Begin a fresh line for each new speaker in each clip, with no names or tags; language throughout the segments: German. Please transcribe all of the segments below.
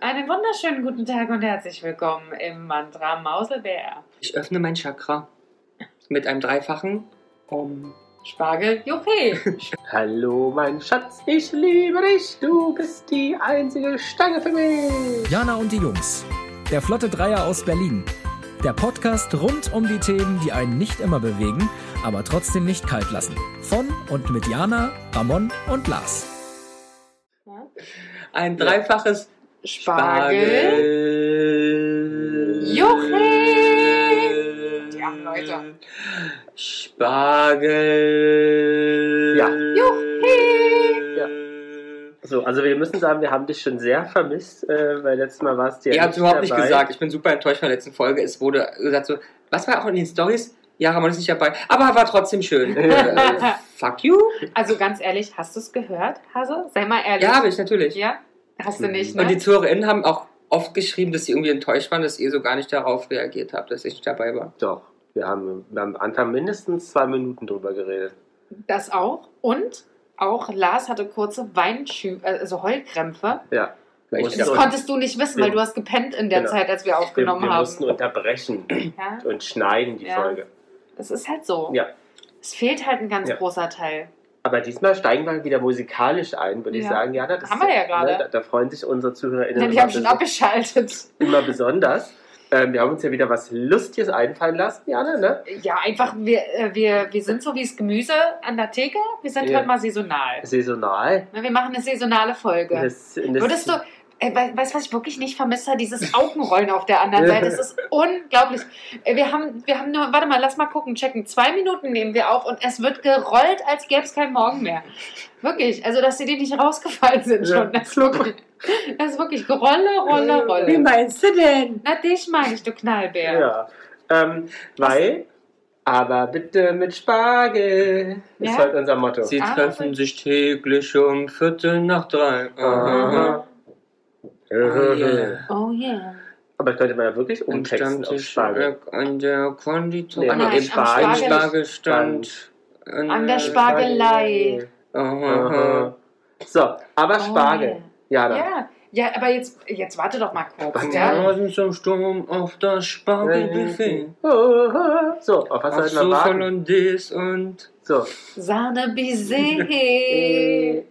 Einen wunderschönen guten Tag und herzlich willkommen im Mantra Mauselbär.
Ich öffne mein Chakra mit einem dreifachen Om.
Spargel, Juppie.
Hallo, mein Schatz, ich liebe dich. Du bist die einzige Stange für mich.
Jana und die Jungs. Der Flotte Dreier aus Berlin. Der Podcast rund um die Themen, die einen nicht immer bewegen, aber trotzdem nicht kalt lassen. Von und mit Jana, Ramon und Lars.
Ja.
Ein dreifaches
Spargel.
Spargel.
Juchel. Die armen Leute.
Spargel.
Ja.
Juchel.
So, also wir müssen sagen, wir haben dich schon sehr vermisst, äh, weil letztes Mal warst du ja
Ihr habt es überhaupt nicht
dabei.
gesagt. Ich bin super enttäuscht von der letzten Folge. Es wurde gesagt so, was war auch in den Stories? Ja, Ramon ist nicht dabei, aber war trotzdem schön. äh, fuck you?
Also ganz ehrlich, hast du es gehört, Hase? Sei mal ehrlich.
Ja, habe ich natürlich.
Ja? Hast
Mhm.
du nicht,
Und die
ne?
ZuhörerInnen haben auch oft geschrieben, dass sie irgendwie enttäuscht waren, dass ihr so gar nicht darauf reagiert habt, dass ich nicht dabei war.
Doch, wir haben, wir haben am Anfang mindestens zwei Minuten drüber geredet.
Das auch. Und auch Lars hatte kurze Weinschü äh, also Heulkrämpfe.
Ja.
Weil ich
mussten
Das
Ja.
konntest du nicht wissen, weil
Ja.
du hast gepennt in der
Genau.
Zeit, als wir
wir,
aufgenommen
wir mussten
haben.
unterbrechen
Ja?
und schneiden die
Ja.
Folge.
Es ist halt so.
Ja.
Es fehlt halt ein ganz
Ja.
großer Teil.
Aber diesmal steigen wir wieder musikalisch ein, würde ich
Ja.
sagen. Ja, das
Haben wir ja gerade.
ne, Da, da freuen sich unsere ZuhörerInnen
Denn die
immer
haben schon
bes-
abgeschaltet.
immer besonders. Ähm, wir haben uns ja wieder was Lustiges einfallen lassen, Jana, ne?
Ja, einfach, wir, äh, wir, wir sind so wie das Gemüse an der Theke. Wir sind
Ja.
heute mal saisonal.
Saisonal.
Ne, Wir machen eine saisonale Folge.
Das, das,
Würdest du, äh, we- weißt du, was ich wirklich nicht vermisst habe? Dieses Augenrollen auf der anderen Seite. Das ist unglaublich. Äh, Wir haben, wir haben nur, warte mal, lass mal gucken, checken. Zwei Minuten nehmen wir auf und es wird gerollt, als gäbe es keinen Morgen mehr. Wirklich. Also, dass die dir nicht rausgefallen sind
Ja.
schon. Das ist wirklich, das ist wirklich Rolle, Rolle, Rolle.
meinst du denn?
Na, dich meine ich, du Knallbär.
Ja. Ähm, weil, aber bitte mit Spargel
Ja.
ist heute unser Motto.
Sie
Aber-
treffen sich täglich um Viertel nach drei. Aha.
Aha. Mhm.
Oh yeah.
Oh yeah.
Aber könnte man ja wirklich
Und
umtexten auf
Stammtisch
Spargel.
äh, an der Konditor.
Nee,
an
am
dem
Spargel-
Spargelstand. Äh,
An der Spar- Spargelei.
Aha.
Aha. So, aber
Oh
Spargel.
yeah.
Jana.
Ja, ja, aber jetzt, jetzt warte doch mal kurz.
Was
Ja?
Draußen zum Sturm auf das Spargelbuffet.
Oha. Oh, So, auf was
Auf
sollten wir
so
warten?
und dies und.
So,
Sahne Baiser.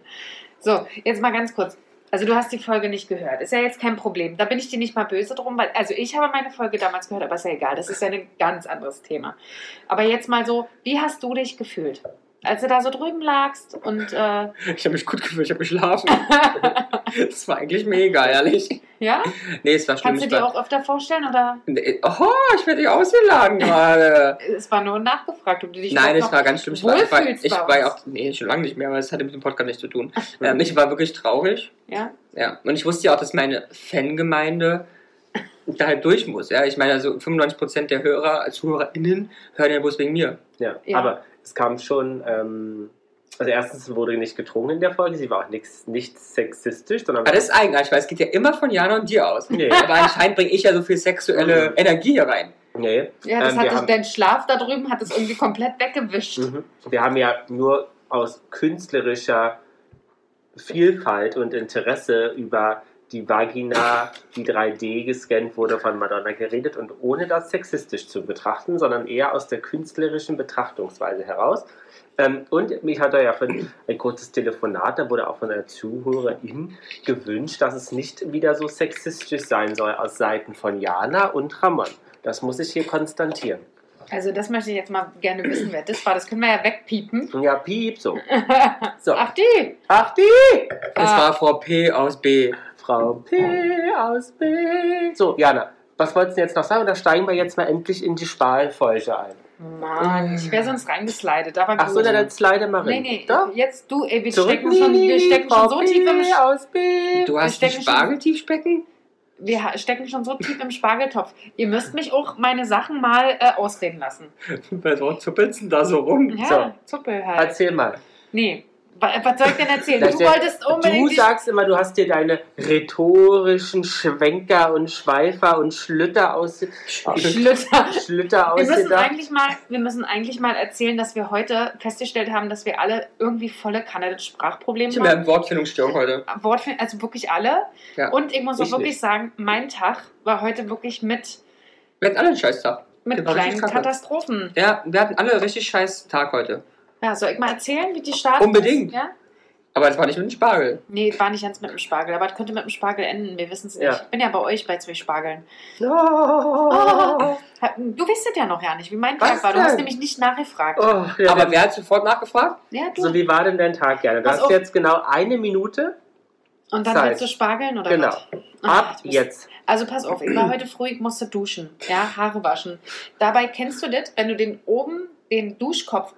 So, jetzt mal ganz kurz. Also du hast die Folge nicht gehört. Ist ja jetzt kein Problem. Da bin ich dir nicht mal böse drum, weil also ich habe meine Folge damals gehört, aber ist ja egal. Das ist ja ein ganz anderes Thema. Aber jetzt mal so, wie hast du dich gefühlt, als du da so drüben lagst und äh,
Ich habe mich gut gefühlt, ich habe geschlafen. das war eigentlich mega, ehrlich.
ja,
Nee, es war schlimm.
kannst du
ich
dir
war-
auch öfter vorstellen oder
Nee, Oh, ich werde dich ausgeladen gerade.
es war nur nachgefragt, ob du dich
Nein,
überhaupt
es war ganz schlimm. Ich war, ich war,
wohlfühlst
ich
bei
war ja
uns.
auch. Nee, schon lange nicht mehr, aber es hatte mit dem Podcast nichts zu tun. Ähm, ich war wirklich traurig.
noch, ja.
Ja. Und ich wusste ja auch, dass meine Fangemeinde da halt durch muss. Ja. Ich meine, also 95% der Hörer, ZuhörerInnen hören ja bloß wegen mir.
ja.
Ja.
Aber es kam schon, ähm, also erstens wurde nicht getrunken in der Folge, sie war auch nichts nicht sexistisch, sondern
Aber Ah, das ist eigenartig, weil es geht ja immer von Jana und dir aus.
nee,
Aber anscheinend bringe ich ja so viel sexuelle
Mhm.
Energie hier rein.
nee.
Ja, das
Ähm,
hat
wir
dich,
haben-
dein Schlaf da drüben hat es irgendwie komplett weggewischt.
Mhm. Wir haben ja nur aus künstlerischer Vielfalt und Interesse über die Vagina, die 3D gescannt wurde, von Madonna geredet und ohne das sexistisch zu betrachten, sondern eher aus der künstlerischen Betrachtungsweise heraus. Ähm, und mich hat er ja für ein kurzes Telefonat, da wurde auch von einer Zuhörerin gewünscht, dass es nicht wieder so sexistisch sein soll aus Seiten von Jana und Ramon. Das muss ich hier konstatieren.
Also das möchte ich jetzt mal gerne wissen, wer das war. Das können wir ja wegpiepen.
Ja, piep, so. so.
Ach die!
Ach, die!
Das
Ah.
war Frau P aus B.
Frau P aus B. So, Jana, was wolltest du jetzt noch sagen? Da steigen wir jetzt mal endlich in die Spalfolge ein.
Mann, ich wäre sonst reingeslidet, aber
Mhm. Ach so, na, dann slide mal
also- Nee,
rein.
nee,
Doch?
jetzt du, ey, wir
Zurück.
stecken schon, wir stecken schon so
Frau P
tief im Sch-
aus B.
Du hast
Wir
die
stecken schon-
Spargeltiefspecken?
wir ha- stecken schon so tief im Spargeltopf. Ihr müsst mich auch meine Sachen mal äh, ausreden lassen.
Wer zuppelst denn da so rum?
Ja, Zuppel halt.
Erzähl mal.
Nee, Wa- Was soll ich denn erzählen?
Vielleicht
Du
der-
wolltest unbedingt.
Du
die-
sagst immer, du hast dir deine rhetorischen Schwenker und Schweifer und Schlütter aus
Schlüter.
Schlütter
Wir müssen,
ausgedacht.
eigentlich mal, wir müssen eigentlich mal erzählen, dass wir heute festgestellt haben, dass wir alle irgendwie volle Kanäle Sprachprobleme
Ich habe
haben.
eine Wortfindungsstörung heute.
Wortfind, also wirklich alle.
Ja.
Und ich muss
Ich
auch wirklich
nicht.
sagen, mein Tag war heute wirklich mit,
Wir hatten alle einen scheiß Tag.
mit
Der
Genau,
war
kleinen
richtig kacke.
Katastrophen.
Ja, wir hatten alle einen richtig scheiß Tag heute.
Ja, soll ich mal erzählen, wie die starten?
Unbedingt.
Ja?
Aber das war nicht mit dem Spargel.
Nee, war nicht ganz mit dem Spargel, aber es könnte mit dem Spargel enden. Wir wissen es
Ja.
nicht. Ich bin ja bei euch bei zwei Spargeln.
Oh,
Ha- Du weißt es ja noch gar nicht, wie mein
Was
Tag war. Du
denn?
hast nämlich nicht nachgefragt.
oh, ja,
Aber
aber
wer hat sofort nachgefragt?
Ja, du.
so wie war denn dein Tag, Gerne? Du
Pass
hast
auf.
jetzt genau eine Minute.
Und dann
Zeit.
willst du spargeln oder
Genau.
was? Ach,
Ab
das ist-
jetzt.
Also pass auf, ich war heute früh, ich musste duschen, ja, Haare waschen. Dabei kennst du das, wenn du den oben, den Duschkopf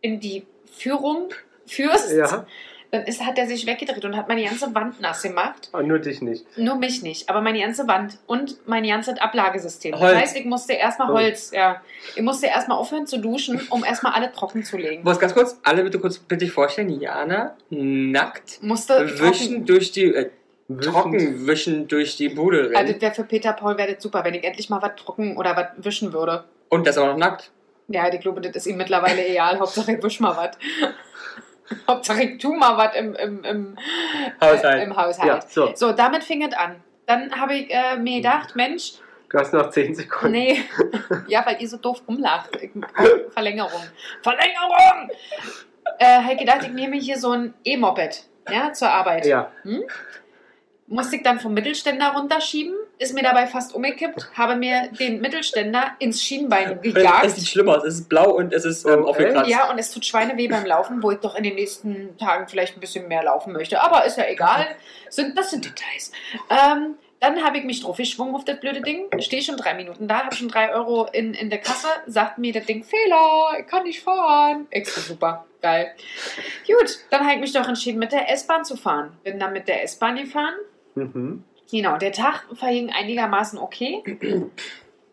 in die Führung führst,
Ja.
dann ist, hat er sich weggedreht und hat meine ganze Wand nass gemacht.
Und Ah, nur dich nicht.
Nur mich nicht, aber meine ganze Wand und mein ganzes Ablagesystem. Das
Holz.
heißt, ich musste erstmal Holz, ja. Ich musste erstmal aufhören zu duschen, um erstmal alle trocken zu legen.
Was ganz kurz, alle bitte kurz bitte sich vorstellen, Jana nackt
Musste Äh, trocken,
wischen durch die äh,
Wischen.
trocken wischen durch die Bude
also
rennen.
das wäre für Peter Paul wäre das super, wenn ich endlich mal was trocken oder was wischen würde.
Und das aber noch nackt.
Ja, ich glaube, das ist ihm mittlerweile egal. Hauptsache ich wisch mal was. Hauptsache ich tu mal was im, im, im
Haushalt.
Äh, im Haushalt.
Ja, so.
So, damit fing es an. Dann habe ich äh, mir gedacht, Mensch,
Du hast noch 10 Sekunden.
nee, ja, weil ihr so doof rumlacht. Ich- äh, Verlängerung. Verlängerung! Äh, habe ich gedacht, ich nehme hier so ein E-Moped ja, zur Arbeit.
Ja.
Musste ich dann vom Mittelständer runterschieben, ist mir dabei fast umgekippt, habe mir den Mittelständer ins Schienbein gejagt.
Äh, Es sieht schlimmer aus. Es ist blau und es ist ähm,
Oh,
aufgekratzt.
Ja, und es tut Schweineweh beim Laufen, wo ich doch in den nächsten Tagen vielleicht ein bisschen mehr laufen möchte. Aber ist ja egal. Sind, das sind Details. Ähm, dann habe ich mich drauf geschwungen auf das blöde Ding. Stehe schon drei Minuten da, habe schon drei Euro in, in der Kasse. Sagt mir das Ding, Fehler, ich kann nicht fahren. Extra super, geil. Gut, dann habe ich mich doch entschieden, mit der S-Bahn zu fahren. Bin dann mit der S-Bahn gefahren.
Mhm.
Genau, der Tag verging einigermaßen okay.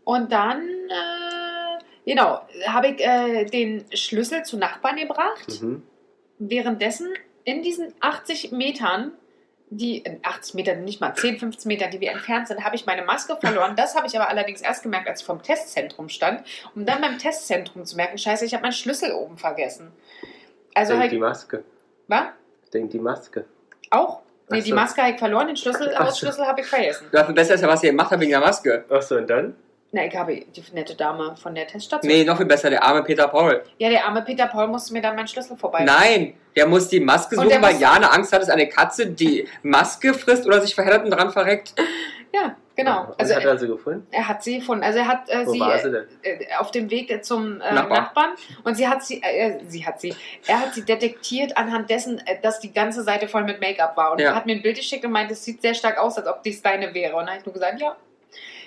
Und dann, äh, genau, habe ich äh, den Schlüssel zu Nachbarn gebracht.
Mhm.
Währenddessen in diesen 80 Metern, die, in 80 Metern, nicht mal 10, 15 Metern, die wir entfernt sind, habe ich meine Maske verloren. Das habe ich aber allerdings erst gemerkt, als ich vom Testzentrum stand, um dann beim Testzentrum zu merken, scheiße, ich habe meinen Schlüssel oben vergessen. Also,
Denk Äh, die
halt,
Maske.
was?
Denk die Maske.
Auch? Nee,
Ach
die
so.
Maske habe ich verloren, den Schlüssel,
Ach so.
Hausschlüssel habe ich vergessen.
Dafür besser ist ja, was ihr gemacht habt wegen der Maske.
Achso, und dann?
Na, ich habe die nette Dame von der Teststation.
Nee, noch viel besser, der arme Peter Paul.
Ja, der arme Peter Paul musste mir dann meinen Schlüssel vorbei.
Nein, der muss die Maske
Und
suchen,
der
weil
muss-
Jana Angst hat, dass eine Katze die Maske frisst oder sich verheddert und dran verreckt.
Ja, genau.
Ah, Und
Also
hat
er,
er sie gefunden?
er hat sie gefunden. Also er hat äh,
Wo
sie
war sie
äh,
denn?
äh, auf dem Weg zum äh,
Nachbar.
Nachbarn und sie hat sie, äh, äh, sie hat sie, er hat sie detektiert anhand dessen, äh, dass die ganze Seite voll mit Make-up war und
Ja.
er hat mir ein Bild geschickt und meint, es sieht sehr stark aus, als ob dies deine wäre. Und dann habe ich nur gesagt, ja,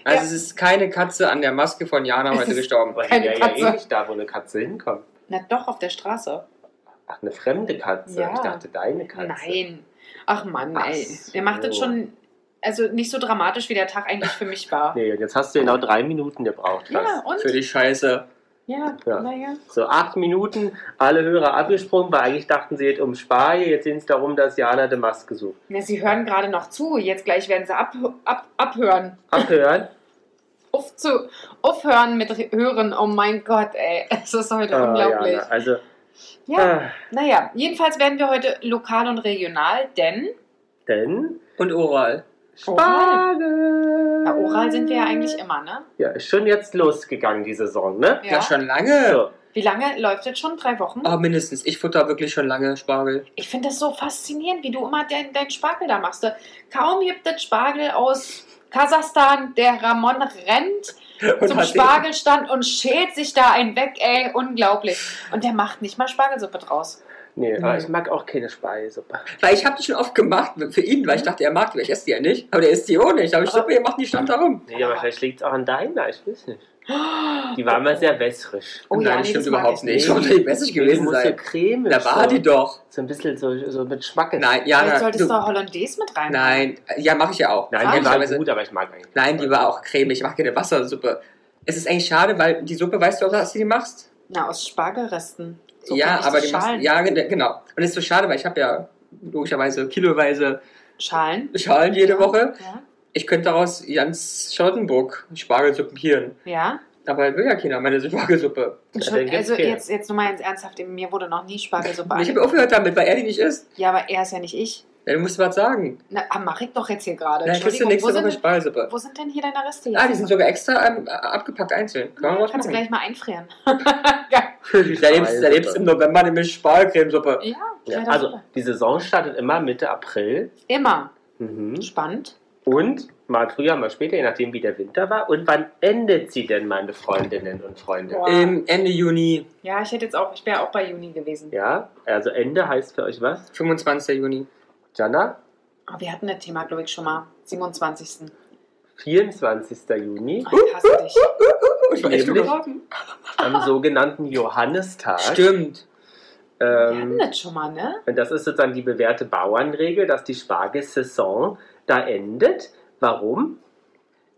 Also
Ja.
es ist keine Katze an der Maske von Jana
Es
heute
ist-
gestorben.
Aber
Keine
ja, ja
Katze.
eh nicht da, wo eine Katze hinkommt.
na doch auf der Straße.
Ach, eine fremde Katze.
Ja.
Ich dachte, deine Katze.
Nein. Ach Mann,
Ach
ey.
so.
Der macht das schon, also nicht so dramatisch, wie der Tag eigentlich für mich war.
Nee, und jetzt hast du genau drei Minuten gebraucht.
Ja,
fast.
und?
Für die Scheiße.
Ja,
Ja.
naja.
So acht Minuten, alle Hörer abgesprungen, weil eigentlich dachten sie, jetzt um Spanien, jetzt sind es darum, dass Jana de Maske sucht.
Ja, sie hören gerade noch zu. Jetzt gleich werden sie ab, ab, abhören.
Abhören.
Auf zu, aufhören mit Hören. Oh mein Gott, ey. Es ist heute
Ah,
unglaublich.
Jana, also,
Ja,
ah,
naja. Jedenfalls werden wir heute lokal und regional, denn
denn
Und oral.
Oral.
Spanien.
na, oral sind wir ja eigentlich immer, ne?
Ja, ist schon jetzt losgegangen, die Saison, ne?
Ja,
Ja.
schon lange.
So,
Wie lange läuft das schon? Drei Wochen?
Oh, mindestens. Ich futter wirklich schon lange Spargel.
Ich finde das so faszinierend, wie du immer deinen dein Spargel da machst. Kaum gibt es Spargel aus Kasachstan, der Ramon rennt
Und
zum
hat-
Spargelstand und schält sich da einen weg, ey. Unglaublich. Und der macht nicht mal Spargelsuppe draus.
nee,
Mhm.
aber ich mag auch keine Spanien-Suppe.
Weil ich habe die schon oft gemacht für ihn,
Mhm.
weil ich dachte, er mag die, weil ich esse die ja nicht. Aber der isst die auch nicht. Aber ich glaube, er macht die stand darum.
Nee, aber vielleicht liegt es auch an deiner, ich weiß nicht. Die war immer sehr wässrig.
Oh ja,
Nein,
nee,
stimmt
das mag
überhaupt
ich
nicht.
nicht.
Ich wollte die wässrig
Die
gewesen
muss so
sein.
cremig.
Da war
so.
die doch.
So ein bisschen so, so mit Schmackes.
Nein,
Vielleicht
Jana.
solltest du
Du,
da Hollandaise mit rein.
nein, ja, mache ich ja auch.
Nein,
Ah.
die war
Ehrlicherweise-
gut, aber ich mag eigentlich.
Nein, die war auch cremig. Ich mache keine Wassersuppe. Es ist eigentlich schade, weil die Suppe, weißt du auch, dass du die machst?
Na, aus Spargelresten. So
ja,
kann ich
aber
die
die machst,
Schalen.
ja, ge- genau. Und das ist so schade, weil ich habe ja logischerweise kiloweise
Schalen.
Schalen jede Woche.
Ja.
Ich könnte daraus Jans Charlottenburg Spargel suppieren.
ja.
Aber will ja keiner meine Spargelsuppe.
dann
Entschuldigung,
gibt's
also
Käse.
jetzt, jetzt nochmal ernsthaft, mir wurde noch nie Spargelsuppe
Und ich
an.
habe aufgehört damit, weil er die nicht isst.
Ja, aber er ist ja nicht ich.
Ja, du musst was sagen.
Na, ah, mach ich doch jetzt hier gerade.
Dann kriegst du
Entschuldigung, wo
nächste Woche
sind,
Spargelsuppe.
wo sind denn hier deine Reste jetzt?
Ah, die sind sogar extra ähm, abgepackt einzeln. Kann man was
Kannst du
machen.
gleich mal einfrieren.
Da lebst, da lebst du im November nämlich Spargelcremesuppe.
Ja,
Ja,
wäre
also
super.
die Saison startet immer Mitte April
Immer.
mhm.
Spannend.
und mal früher, mal später, je nachdem wie der Winter war. Und wann endet sie denn, meine Freundinnen und Freunde?
Boah.
Im Ende Juni,
Ja, ich hätte jetzt auch, ich wäre auch bei Juni gewesen.
Ja, also Ende heißt für euch was?
25. Juni.
Jana,
Aber wir hatten das Thema, glaube ich, schon mal. 27.
24. Juni
Oh, ich hasse dich.
Ich war echt
Nämlich?
überraten.
am sogenannten Johannistag.
Stimmt.
Wir hatten
Ähm,
das schon mal, ne?
Und das ist sozusagen die bewährte Bauernregel, dass die Spargelsaison da endet. Warum?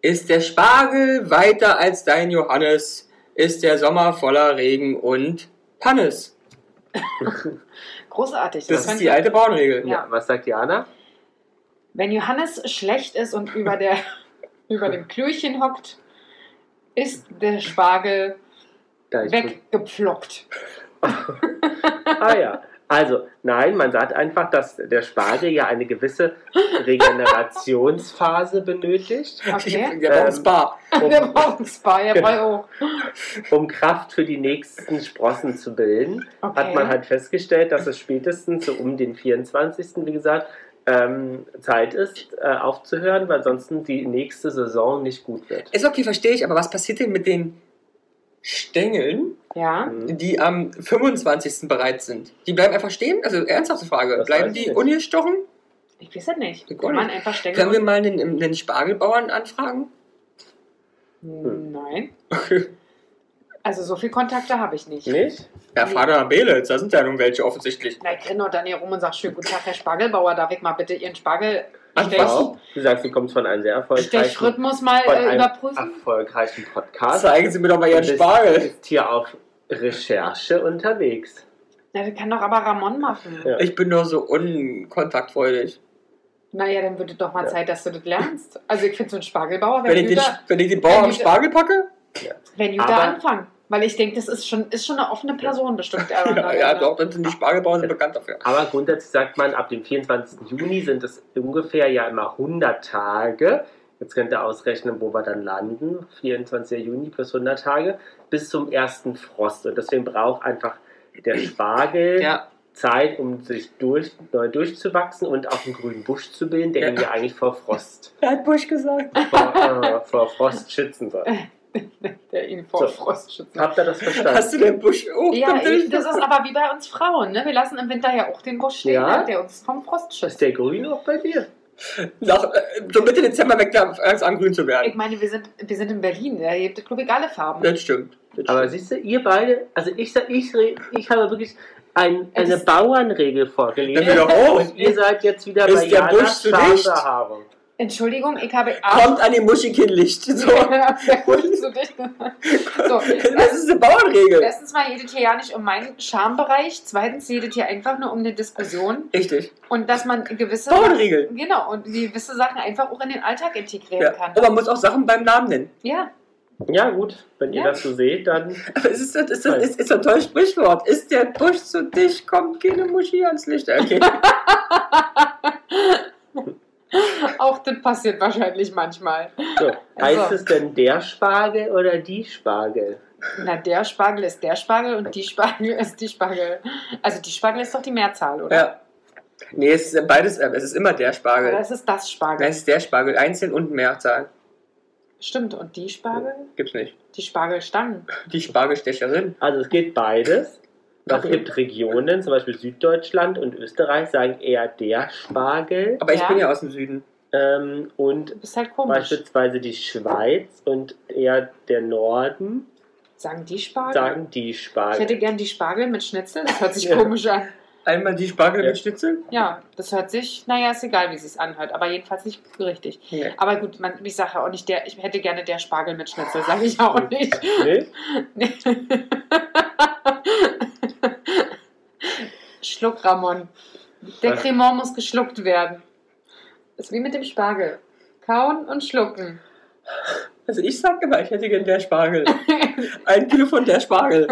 Ist der Spargel weiter als dein Johannes? Ist der Sommer voller Regen und Pannes?
Großartig.
Das ist
könnte-
die alte Bauernregel.
Ja.
Was sagt Jana?
Wenn Johannes schlecht ist und über, der, über dem Klöchen hockt, ist der Spargel
Da ich-
weggepflockt.
Ah ja. Also, nein, man sagt einfach, dass der Spargel ja eine gewisse Regenerationsphase benötigt,
Okay?
Wir brauchen
Ähm,
Spa.
Wir
um,
brauchen Spa,
Genau.
ja, bei auch.
um Kraft für die nächsten Sprossen zu bilden.
Okay.
Hat man halt festgestellt, dass es spätestens so um den 24., wie gesagt, ähm, Zeit ist, äh, aufzuhören, weil sonst die nächste Saison nicht gut wird.
Ist okay, verstehe ich, aber was passiert denn mit den Stängeln,
ja.
Mhm.
die am 25. bereit sind? Die bleiben einfach stehen? Also ernsthafte Frage.
Das
bleiben
weiß ich
die
nicht.
ungestochen?
Ich weiß es nicht.
Ich auch
Kann man
nicht.
einfach stecken?
Können wir mal einen, einen Spargelbauern anfragen?
Hm.
Nein. Also so viel Kontakte habe ich nicht.
Nicht?
Ja, fahr doch nach Belitz, da sind ja nun welche offensichtlich.
Na, ich renne doch dann hier rum und sage, schönen guten Tag, Herr Spargelbauer, darf ich mal bitte Ihren
Anfragen?
Spargel-Stechrhythmus
Du sagst, du kommst von einem sehr erfolgreichen,
mal
von
äh,
einem
überprüfen?
erfolgreichen Podcast.
Zeigen Sie mir doch mal Ihren
Und bist-
Spargel.
bist hier auf Recherche unterwegs.
Na, das kann doch aber Ramon machen.
Ja.
Ich bin doch so unkontaktfreudig.
Naja, dann wird es doch mal
Ja.
Zeit, dass du das lernst. Also ich finde so ein Spargelbauer,
Wenn
wenn,
ich, den,
Jutta,
wenn ich die Bauer
wenn
am
Jutta-
Spargel packe?
wenn Jutta
Aber-
anfangen. Weil ich denke, das ist schon, ist schon eine offene Person bestimmt. Aaron,
Ja,
oder?
ja doch, dann sind die Spargelbauern sind bekannt dafür.
Aber grundsätzlich sagt man, ab dem 24. Juni sind es ungefähr ja immer 100 Tage. Jetzt könnt ihr ausrechnen, wo wir dann landen. 24. Juni plus 100 Tage bis zum ersten Frost. Und deswegen braucht einfach der Spargel
Ja,
Zeit, um sich durch, neu durchzuwachsen und auch einen grünen Busch zu bilden, der
Ja.
ihn ja eigentlich vor Frost,
er hat Busch gesagt.
vor, äh, vor Frost schützen soll.
Der ihn vor
So.
Frost schützt.
Habt ihr das verstanden?
Hast du den Busch auch?
Ja, ich, das
das
ist aber wie bei uns Frauen. Ne? Wir lassen im Winter ja auch den Busch stehen,
Ja.
ne? der uns vom Frost schützt.
Ist der grün auch bei dir?
Nach, äh, so Mitte Dezember weg, da fängt's an grün zu
Ich
werden.
meine, wir sind, wir sind in Berlin, da gibt es, glaube ich, alle Farben.
Das stimmt. Das
Aber
stimmt.
siehst du, ihr beide, also ich sag, ich, re- ich habe wirklich ein,
Es
eine
ist-
Bauernregel
Dann
vorgelesen.
wieder hoch.
Und ihr seid jetzt wieder
Ist
bei
der Busch
Janas
zu dicht?
Schambehaarung.
Entschuldigung, ich habe
Kommt an die Muschikindlicht. So.
Sehr gut, so dicht. So,
Das ist eine Bauernregel.
erstens mal geht es hier ja nicht um meinen Schambereich, zweitens geht es hier einfach nur um eine Diskussion
Richtig.
und dass man gewisse
Bauernregel.
genau und gewisse Sachen einfach auch in den Alltag integrieren
Ja.
kann.
Und man muss auch Sachen beim Namen nennen.
Ja,
Ja gut, wenn ihr
Ja.
das so seht, dann
Aber es ist, es ist, es ist, ein tolles Sprichwort. Ist der Busch zu dicht, kommt keine Muschi ans Licht. Okay.
auch das passiert wahrscheinlich manchmal.
so. heißt
Also.
es denn der Spargel oder die Spargel?
Na, der Spargel ist der Spargel und die Spargel ist die Spargel. Also die Spargel ist doch die Mehrzahl, oder?
Ja. Nee, es ist beides, äh, es ist immer der Spargel.
Oder ist es das Spargel?
Nein, es ist der Spargel. Einzeln und Mehrzahl.
Stimmt, und die Spargel?
Gibt's nicht.
Die Spargelstangen.
Die Spargelstecherin.
Also es geht beides. Es
Okay.
gibt Regionen, zum Beispiel Süddeutschland und Österreich, sagen eher der Spargel.
Aber ich
Ja.
bin ja aus dem Süden.
Ähm, und
Du bist halt komisch.
beispielsweise die Schweiz und eher der Norden
Sagen die Spargel?
sagen die Spargel.
Ich hätte gern die Spargel mit Schnitzel, das hört sich
Ja.
komisch an.
Einmal die Spargel
Ja.
mit Schnitzel?
Ja, das hört sich, naja, ist egal, wie sie es anhört, aber jedenfalls nicht richtig.
Nee.
Aber gut, man, ich sage ja auch nicht, der, ich hätte gerne der Spargel mit
Ne?
Schnitzel, sage ich auch nicht.
Nee?
Nee. Schluck, Ramon. Der
Was?
Cremant muss geschluckt werden. Das ist wie mit dem Spargel. Kauen und schlucken.
Also ich sag immer, ich hätte gern der Spargel. Ein Kilo von der Spargel.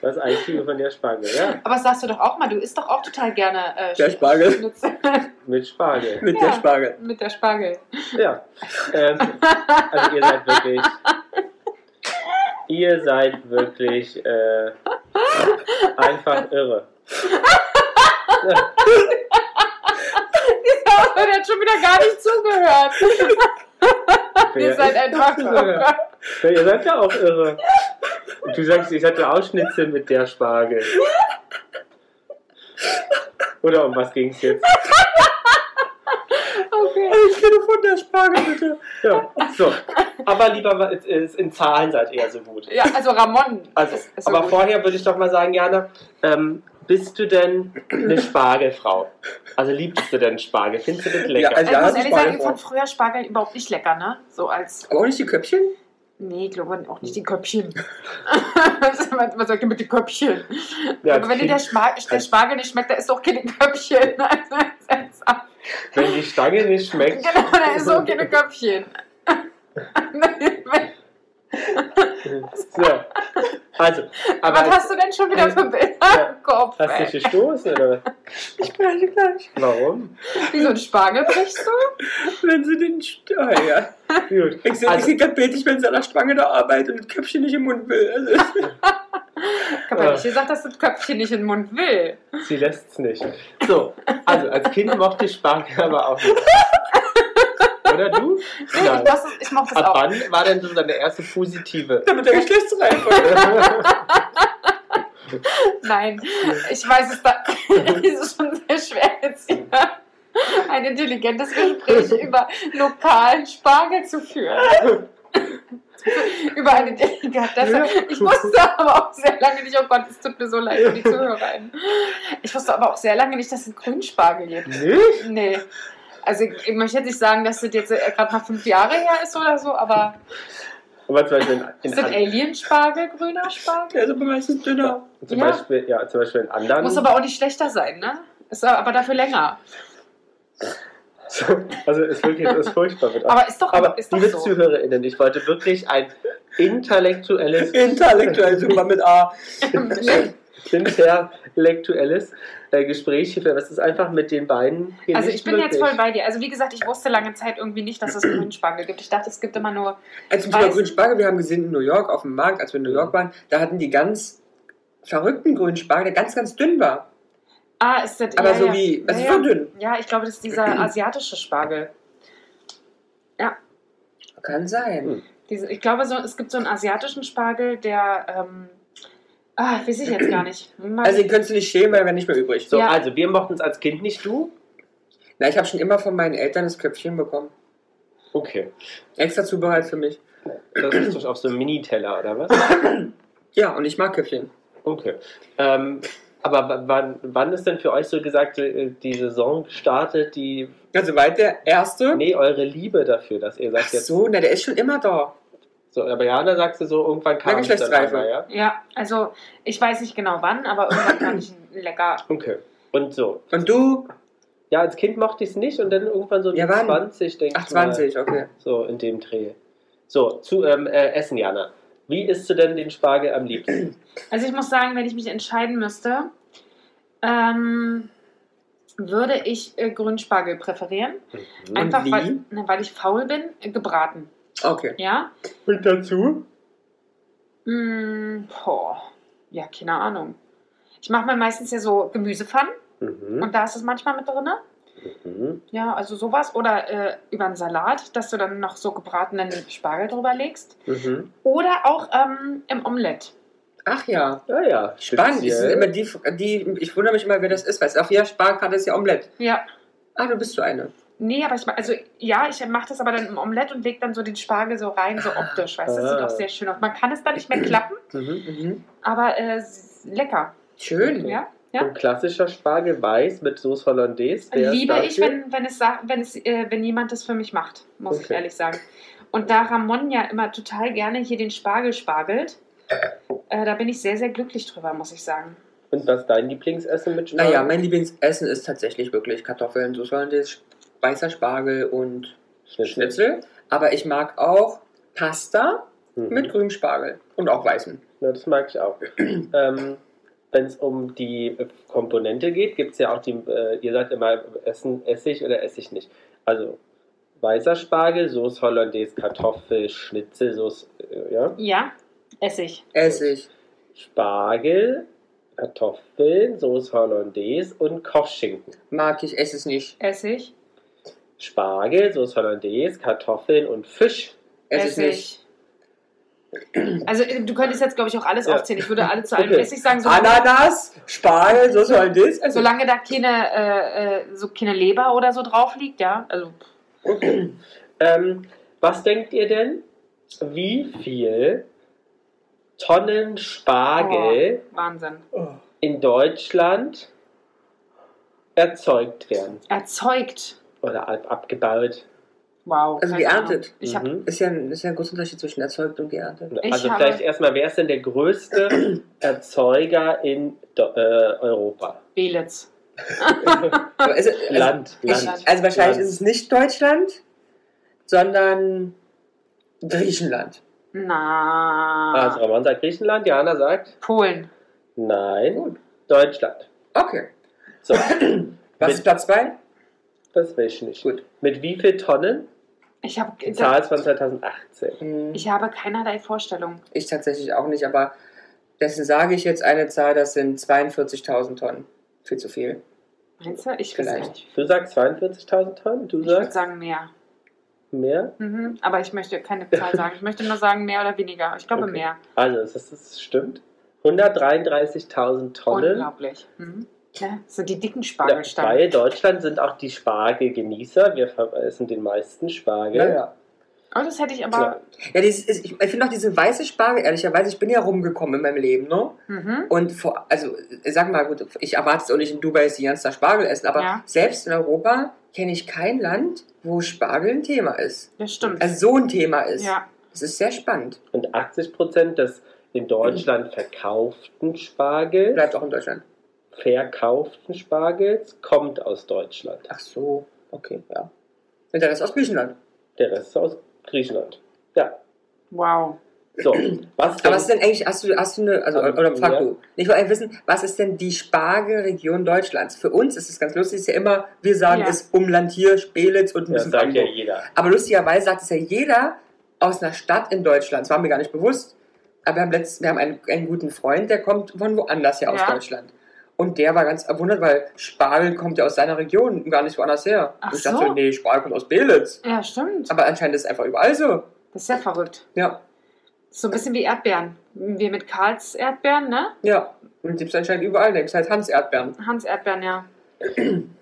Das ist ein Kilo von der Spargel, ja?
Aber das sagst du doch auch mal, du isst doch auch total gerne äh,
Der
Sch-
Spargel.
Schnitzel
Mit Spargel.
Mit
Ja.
der Spargel.
mit der Spargel.
Ja. Ähm, also ihr seid wirklich. Ihr seid wirklich äh, einfach irre.
Der hat schon wieder gar nicht zugehört. Ihr
Wer-
seid einfach irre.
Ja, ihr seid ja auch irre. Und du sagst, ich hatte auch Schnitzel mit der Spargel. Oder um was ging's jetzt?
Okay.
Ein Kilo von der Spargel, bitte.
Ja, so. Aber lieber wa- es ist in Zahlen seid ihr ja so gut.
Ja, also Ramon.
Also,
ist- ist so
aber
gut.
vorher würde ich doch mal sagen, Jana, ähm, bist du denn eine Spargelfrau? Also liebst du denn Spargel? Findest du das lecker?
Ja,
Also
also-
ich muss
die
ehrlich sagen, ich
Spargel-
fand früher Spargel überhaupt nicht lecker, ne? So als,
Aber auch nicht die Köpfchen?
nee, ich glaube auch nicht die Köpfchen. Was sagt ihr mit den Köpfchen?
Ja, Also
Aber wenn dir der, Schma- der Spargel nicht schmeckt, da ist doch keine Köpfchen. Also, das ist ab-
wenn die Stange nicht schmeckt.
genau, da ist auch keine Köpfchen.
So. Also, aber
Was hast du denn schon wieder
also
für Bilder im Kopf?
hast du
ey?
dich gestoßen oder was?
Ich meine gleich.
warum?
Wie so ein Spargel brichst du?
Wenn sie den... St ah, ja.
Gut.
Ich sehe
Also-
also, gerade bildlich, wenn sie an der Spange da arbeitet und das Köpfchen nicht im Mund will. Also,
Ich habe ja nicht gesagt, dass das Köpfchen nicht in den Mund will.
Sie lässt's nicht. So, also als Kind mochte ich Spargel aber auch nicht. Oder du?
Nee, ich, das, ist- ich mach das
Ab
auch.
wann war denn so deine erste positive?
damit der Geschlechtsreife.
Nein, ich weiß es da. es ist schon sehr schwer jetzt hier ein intelligentes Gespräch über lokalen Spargel zu führen. über eine Delikatesse. Ich wusste aber auch sehr lange nicht, oh Gott, es tut mir so leid für die Zuhörerin. Ich wusste aber auch sehr lange nicht, dass es Grünspargel gibt.
Nicht?
Nee. Also ich, ich möchte jetzt nicht sagen, dass das jetzt äh, gerade mal fünf Jahre her ist oder so, aber
Aber zum Beispiel in,
ist
in
das
an-
Alien-Spargel, grüner Spargel?
Der ist aber meistens dünner.
zum,
Ja.
Beispiel, ja, zum Beispiel in anderen.
Muss aber auch nicht schlechter sein, ne? Ist aber dafür länger.
also ist wirklich ist furchtbar. Mit
Aber ist doch,
aber
ist doch
liebe
so.
ZuhörerInnen, ich wollte wirklich ein intellektuelles
Intellektuell sogar mit A.
intellektuelles äh, Gespräch hier. Das ist einfach mit den beiden hier
Also
nicht
ich bin jetzt
möglich.
voll bei dir. Also wie gesagt, ich wusste lange Zeit irgendwie nicht, dass es grünen Spargel gibt. Ich dachte, es gibt immer nur.
Also zum
Weiß-
Thema grünen Spargel, wir haben gesehen in New York auf dem Markt, als wir in New York waren, da hatten die ganz verrückten grünen Spargel, der ganz, ganz dünn war.
Ah, ist das.
Aber
ja,
so
ja.
wie, also
ja,
so
ja.
dünn.
ja, ich glaube, das ist dieser asiatische Spargel.
Kann
Hm.
sein.
Diese, ich glaube, so, es gibt so einen asiatischen Spargel, der. Ähm, ah, weiß ich jetzt gar nicht. Mal-
Also den könntest du nicht schämen, weil er wäre nicht mehr übrig.
So,
Ja.
also wir mochten es als Kind nicht, du?
Na, ich habe schon immer von meinen Eltern das Köpfchen bekommen.
Okay.
Extra zubereitet für mich.
Das ist doch auf so einem Miniteller, oder was?
Ja, und ich mag Köpfchen.
Okay. Ähm, aber w- wann, wann ist denn für euch so gesagt äh, die Saison gestartet, die.
Also weit der
Hm?
erste.
Nee, eure Liebe dafür, dass ihr
Ach
sagt jetzt.
so, na, der ist schon immer da.
So, aber Jana sagst du so, irgendwann kam
Na,
es dann
Geschlechtsreife.
einmal, ja?
Ja, also ich weiß nicht genau wann, aber irgendwann kann ich ihn lecker.
Okay. Und so.
Und du?
Ja, als Kind mochte ich es nicht und dann irgendwann so
Ja,
mit
wann?
20, denke ich.
Ach, 20, okay.
Mal. So, in dem Dreh. So, zu ähm, äh, Essen, Jana. Wie isst du denn den Spargel am liebsten?
Also ich muss sagen, wenn ich mich entscheiden müsste, ähm, würde ich äh, Grünspargel präferieren.
Mhm.
Einfach
wie?
weil, ne, weil ich faul bin, äh, gebraten.
Okay.
Ja?
Und dazu?
Mm, boah. Ja, keine Ahnung. Ich mache mir meistens ja so Gemüsepfannen
Mhm.
und da ist es manchmal mit drin.
Mhm.
Ja, also sowas. Oder äh, über einen Salat, dass du dann noch so gebratenen Spargel drüber legst.
Mhm.
Oder auch ähm, im Omelett.
Ach ja.
Ja, ja.
Spannend. Das sind
Speziell.
immer die, die, ich wundere mich immer, wer das ist, weil es auf jeder Sparkarte ist ja Omelette.
Ja.
Ah, du bist so eine.
Nee, aber ich ma- also ja, ich mache das aber dann im Omelett und lege dann so den Spargel so rein, so optisch, weißt du, das sieht
Ah.
auch sehr schön aus. Man kann es dann nicht mehr klappen,
Mhm.
Mhm.
aber äh, s- lecker,
Schön.
ja. Ja.
Und klassischer Spargel weiß mit Soße Hollandaise. Wer ist
Liebe ich,
dafür?
wenn, wenn, es, sa- wenn, es, äh, wenn jemand das für mich macht, muss ich
Okay.
ehrlich sagen. Und da Ramon ja immer total gerne hier den Spargel spargelt, äh, da bin ich sehr, sehr glücklich drüber, muss ich sagen.
Und was ist dein Lieblingsessen mit Schmarrn?
Naja, mein Lieblingsessen ist tatsächlich wirklich Kartoffeln, so sollen weißer Spargel und Schnitzel. Aber ich mag auch Pasta
Mhm.
mit grünem Spargel und auch weißen.
Ja, das mag ich auch. ähm, Wenn es um die äh, Komponente geht, gibt es ja auch die, äh, ihr sagt immer, essen Essig oder Essig nicht. Also weißer Spargel, Soße Hollandaise, Kartoffel, Schnitzel, Soße, äh, ja.
Ja, Essig.
Essig.
Spargel, Kartoffeln, Soße Hollandaise und Kochschinken.
Mag ich, esse es nicht.
Essig.
Spargel, Soße Hollandaise, Kartoffeln und Fisch.
Esse es nicht.
Also äh, du könntest jetzt, glaube ich, auch alles
Ja.
aufzählen. Ich würde alle zu allem
Okay.
Essig sagen, solange,
Ananas, Spargel, so soll das. Also
solange da keine, äh, äh, so keine Leber oder so drauf liegt, ja. Also
Okay. ähm, was denkt ihr denn, wie viel Tonnen Spargel
Wahnsinn.
in Deutschland erzeugt werden
Erzeugt.
oder ab abgebaut.
Wow.
Also
keine Ahnung.
geerntet.
Ich habe
Mhm.
ist ja, ein, ist ja ein großer Unterschied zwischen erzeugt und geerntet.
Ich
Also
habe-
vielleicht erstmal, wer ist denn der größte Erzeuger in Do äh, Europa?
Belitz.
Aber ist, also,
Land.
ich,
Land.
also wahrscheinlich
Land.
ist es nicht Deutschland, sondern Griechenland.
Na.
Also Ramon sagt Griechenland, Johanna sagt
Polen.
nein,
Gut.
Deutschland.
Okay.
So,
Was
Mit-
ist Platz 2?
das will ich nicht.
Gut.
Mit wie viel Tonnen?
Ich habe
Die Zahl ist von 2018.
Hm,
ich habe keinerlei Vorstellung.
Ich tatsächlich auch nicht, aber dessen sage ich jetzt eine Zahl, das sind 42.000 Tonnen. Viel zu viel.
Meinst du? Ich weiß
Vielleicht.
nicht.
Du sagst 42.000 Tonnen, du
Ich würde
sagst
sagen mehr.
mehr.
Mhm. Aber ich möchte keine Zahl sagen. Ich möchte nur sagen mehr oder weniger. Ich glaube
Okay.
mehr.
Also, es ist- es stimmt. 133.000 Tonnen
Unglaublich. Mhm. Ja, das sind die dicken
Ja,
Spargelstangen.
bei Deutschland sind auch die Spargelgenießer. Wir ver- essen den meisten Spargel.
Naja.
Oh, das hätte ich
Klar.
aber.
Ne? Ja, dieses, ist, ich, ich finde auch diese weiße Spargel, ehrlicherweise, ich bin ja rumgekommen in meinem Leben, ne?
Mhm.
Und vor, also äh, sag mal, gut, ich erwarte jetzt auch nicht in Dubai, dass die ganzen Tag Spargel essen, aber
Ja.
selbst in Europa kenne ich kein Land, wo Spargel ein Thema ist.
Das stimmt.
Also so ein Thema ist.
ja.
Das ist sehr spannend.
Und 80 Prozent des in Deutschland verkauften Spargels,
Bleibt auch in Deutschland.
verkauften Spargels, kommt aus Deutschland.
Ach so, okay, ja. Und der Rest aus Griechenland.
Der Rest ist aus Griechenland. Ja.
Wow.
So, was
Aber was ist denn eigentlich, hast du, hast du eine, also,
Ähm,
oder frag
ja.
du, ich wollte eigentlich wissen, was ist denn die Spargelregion Deutschlands? Für uns ist es ganz lustig, ist ja immer, wir sagen
Ja.
es Umland hier, Spelitz und ein
das
bisschen
sagt ja
Brandenburg.
jeder.
Aber lustigerweise sagt es ja jeder aus einer Stadt in Deutschland. Das war mir gar nicht bewusst. Aber wir haben, letzt, wir haben einen, einen guten Freund, der kommt von woanders her aus
Ja.
Deutschland. Und der war ganz erwundert, weil Spargel kommt ja aus seiner Region und gar nicht woanders her.
Ach
ich
so.
dachte, nee, Spargel kommt aus Belitz.
Ja, stimmt.
Aber anscheinend ist es einfach überall so.
Das ist ja verrückt.
Ja,
So ein bisschen wie Erdbeeren. Wir mit Karls Erdbeeren, ne?
ja. Und gibt es anscheinend überall. Da gibt es halt Hans-Erdbeeren.
Hans Erdbeeren, ja.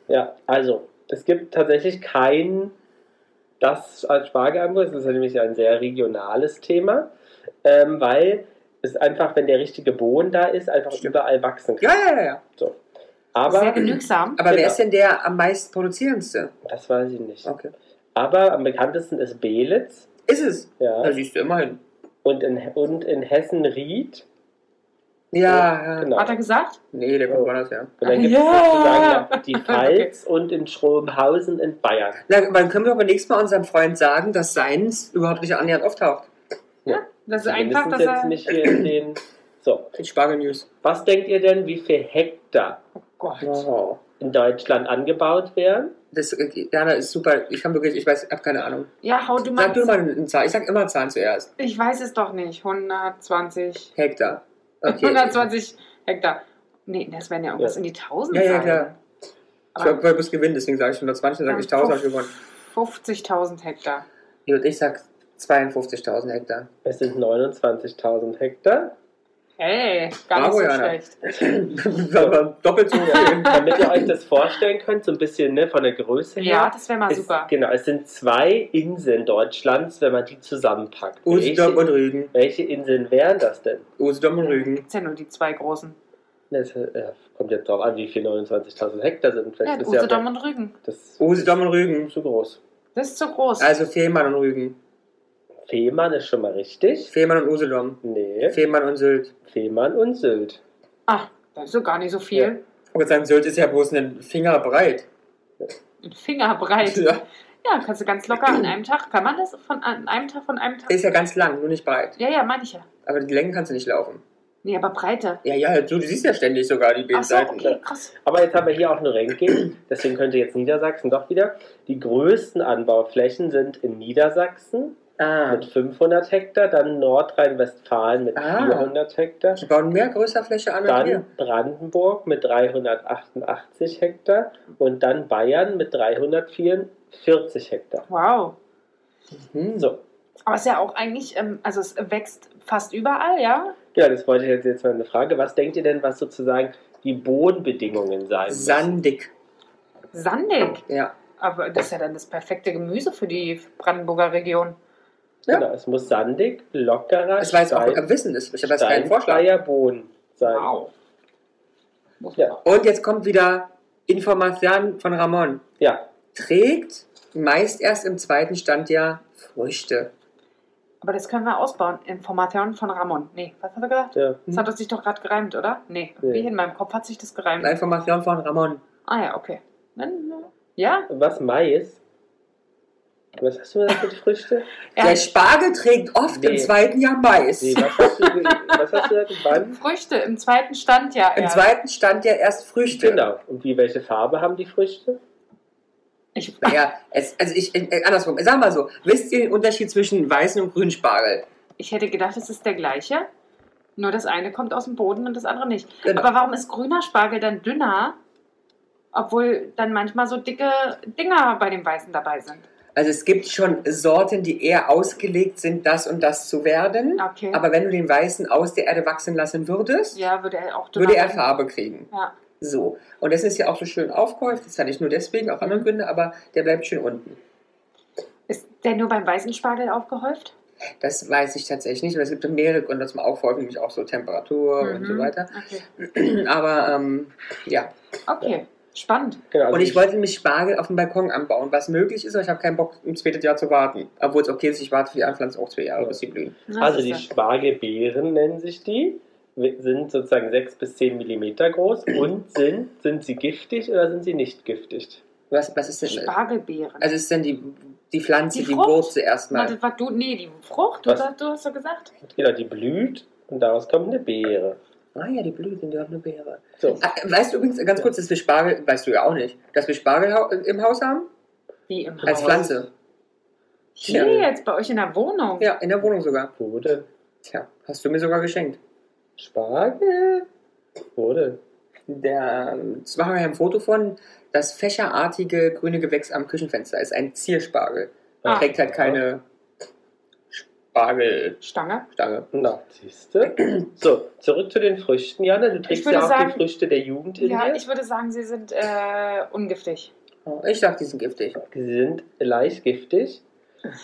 Ja, also, es gibt tatsächlich kein das als Spargelangebot. Das ist nämlich ein sehr regionales Thema, ähm, weil es einfach, wenn der richtige Boden da ist, einfach
Stimmt.
überall wachsen kann.
Ja, ja, ja, ja.
Sehr
Aber,
genügsam.
Aber wer
Genau.
ist denn der am meisten produzierendste?
das weiß ich nicht.
Okay.
Aber am bekanntesten ist Belitz.
Ist es? Da
Ja.
siehst du immerhin.
Und in, und in Hessen Ried.
Ja, ja.
Genau.
Hat er gesagt?
Nee, der kommt woanders her.
Und dann gibt es
Äh, Ja.
sozusagen noch die Pfalz und in Schrobenhausen in Bayern.
Na, dann können wir aber nächstes Mal unserem Freund sagen, dass seins überhaupt nicht annähernd auftaucht.
Das ist
Wir
Also einfach,
wissen
dass
jetzt
er.
nicht hier in den. So,
Die Spargel-News.
was denkt ihr denn, wie viel Hektar
Oh Gott.
Wow.
in Deutschland angebaut werden?
Das, äh, Jana ist super. Ich kann wirklich, ich weiß, ich habe keine Ahnung.
Ja, hau du mal.
Sag du mal eine Zahl. Ich sag immer Zahlen zuerst.
Ich weiß es doch nicht. 120.
Hektar. Okay.
120 Hektar. Nee, das wären ja irgendwas
Ja.
in die 1000
Ja, ja,
sein.
klar. Ich
Aber
wollte wollte bloß gewinnen, deswegen sage ich 120, dann sage ich 1000, habe ich gewonnen.
50.000 Hektar.
Nee, Und ich sag 52.000 Hektar.
Es sind 29.000 Hektar.
Hey, gar nicht
Bravo,
so
Jana.
schlecht.
Aber doppelt so viel.
Damit ihr euch das vorstellen könnt, so ein bisschen ne, von der Größe her.
Ja, das wäre mal
es,
super.
Genau, es sind zwei Inseln Deutschlands, wenn man die zusammenpackt.
Usedom und
Welche,
Rügen.
welche Inseln wären das denn?
Usedom und Rügen.
Gibt's ja nur die zwei großen.
Das äh, kommt jetzt drauf an, wie viel 29.000 Hektar sind.
Ja,
Vielleicht ist ja
Usedom und Rügen.
das
Usedom und Rügen.
zu groß.
Das ist zu groß.
Also Fehmarn und Rügen.
Fehmarn ist schon mal richtig.
Fehmarn und Usedom.
Nee,
Fehmarn und Sylt.
Fehmarn und Sylt.
ah, Das ist gar nicht so viel.
Und sein Sylt ist ja bloß einen Finger breit.
Ein Fingerbreit. Ja.
Ja.
kannst du ganz locker an einem Tag. Kann man das von an einem Tag von einem Tag?
Ist ja ganz lang, nur nicht breit.
Ja, ja, meine ich ja.
Aber die Länge kannst du nicht laufen.
Nee, aber Breite.
Ja, ja, du, du siehst ja ständig sogar die
Ach
beiden
so,
Seiten.
okay, krass.
Aber jetzt haben wir hier auch eine Ranking, deswegen könnte jetzt Niedersachsen doch wieder. Die größten Anbauflächen sind in Niedersachsen
Ah,
mit 500 Hektar, dann Nordrhein-Westfalen mit
Ah.
400 Hektar,
die bauen mehr größer Fläche an als wir.
dann Brandenburg mit 388 Hektar und dann Bayern mit 344 Hektar.
Wow.
Hm.
So,
Aber es ist ja auch eigentlich, ähm, also es wächst fast überall, ja?
ja, genau, das wollte ich jetzt, jetzt mal eine Frage. Was denkt ihr denn, was sozusagen die Bodenbedingungen sein müssen?
Sandig.
Sandig.
Ja.
Aber das ist ja dann das perfekte Gemüse für die Brandenburger Region.
Ja.
Genau, es muss sandig, lockerer,
Das war jetzt auch
steil-
am Wissen. ist. Ich habe jetzt keinen Vorschlag.
steinfreier Boden sein.
Wow. Muss
Ja.
man-
Und jetzt kommt wieder Information von Ramon.
Ja,
Trägt meist erst im zweiten Standjahr Früchte.
Aber das können wir ausbauen. Information von Ramon. Nee, was hat er gesagt?
ja.
Hm?
Das hat das sich doch gerade gereimt, oder? Nee,
Nee.
wie in meinem Kopf hat sich das gereimt.
Information von Ramon.
Ah ja, okay. Dann, äh, Ja,
Was Mais? Was hast du gesagt mit Früchte?
Der
er
Spargel trägt oft
Nee.
im zweiten Jahr Mais.
Nee, was hast du, ge- was hast du gesagt? Wann?
Früchte im zweiten Stand, ja.
Im
ja.
zweiten Standjahr erst Früchte.
Genau. Und wie, welche Farbe haben die Früchte?
Ich,
Naja, es, also ich, äh, andersrum. Sag mal so, wisst ihr den Unterschied zwischen weißen und grünen Spargel?
ich hätte gedacht, es ist der gleiche. Nur das eine kommt aus dem Boden und das andere nicht.
Genau.
Aber warum ist grüner Spargel dann dünner, obwohl dann manchmal so dicke Dinger bei dem Weißen dabei sind?
Also es gibt schon Sorten, die eher ausgelegt sind, das und das zu werden.
Okay.
Aber wenn du den weißen aus der Erde wachsen lassen würdest,
ja, würde er auch dünner
würde er
werden.
Farbe kriegen.
Ja.
So. Und das ist ja auch so schön aufgehäuft. Das ist ja nicht nur deswegen, auch
Mhm.
andere Gründe, aber der bleibt schön unten.
Ist der nur beim weißen Spargel aufgehäuft?
Das weiß ich tatsächlich nicht. Aber es gibt mehrere Gründe zum Aufhäufen, nämlich auch so Temperatur Oh, und so
Mhm.
weiter.
Okay.
Aber ähm, ja.
okay. Spannend.
Genau, also
Und ich wollte mich Spargel auf dem Balkon anbauen, was möglich ist, aber ich habe keinen Bock, ein zweites Jahr zu warten. Obwohl es okay ist, ich warte für die Anpflanzung auch zwei Jahre, bis sie blühen.
Na,
Also die
siehste.
Spargelbeeren nennen sich die, sind sozusagen 6 bis 10 Millimeter groß und sind, sind sie giftig oder sind sie nicht giftig?
Was, was ist denn das?
Spargelbeeren.
Also es ist dann die, die Pflanze,
Die
die,
Frucht?
Wurzel
Na,
erstmal.
das war du, nee, die Frucht, du,
Was?
hast- du hast doch gesagt.
Genau, die blüht und daraus kommt eine Beere.
Ah ja, die Blüten, die haben eine Beere.
So.
Ah, Weißt du übrigens ganz kurz, dass wir Spargel, weißt du ja auch nicht, dass wir Spargel hau- äh, im Haus haben?
Wie im
Als
Haus.
Pflanze.
Hier
Tja.
jetzt bei euch in der Wohnung.
Ja, in der Wohnung sogar.
Wurde
Tja, hast du mir sogar geschenkt.
Spargel? Wurde.
Der, ähm, das machen wir ein Foto von. Das fächerartige grüne Gewächs am Küchenfenster ist ein Zierspargel.
Ah.
Trägt halt keine Spargelstange.
Stange.
Na, siehste. So, zurück zu den Früchten, Jana. Du trägst
würde
ja auch
sagen-
die Früchte der Jugend in
Ja,
dir.
ich würde sagen, sie sind äh, ungiftig.
Oh, Ich dachte, die sind giftig.
Sie sind leicht giftig.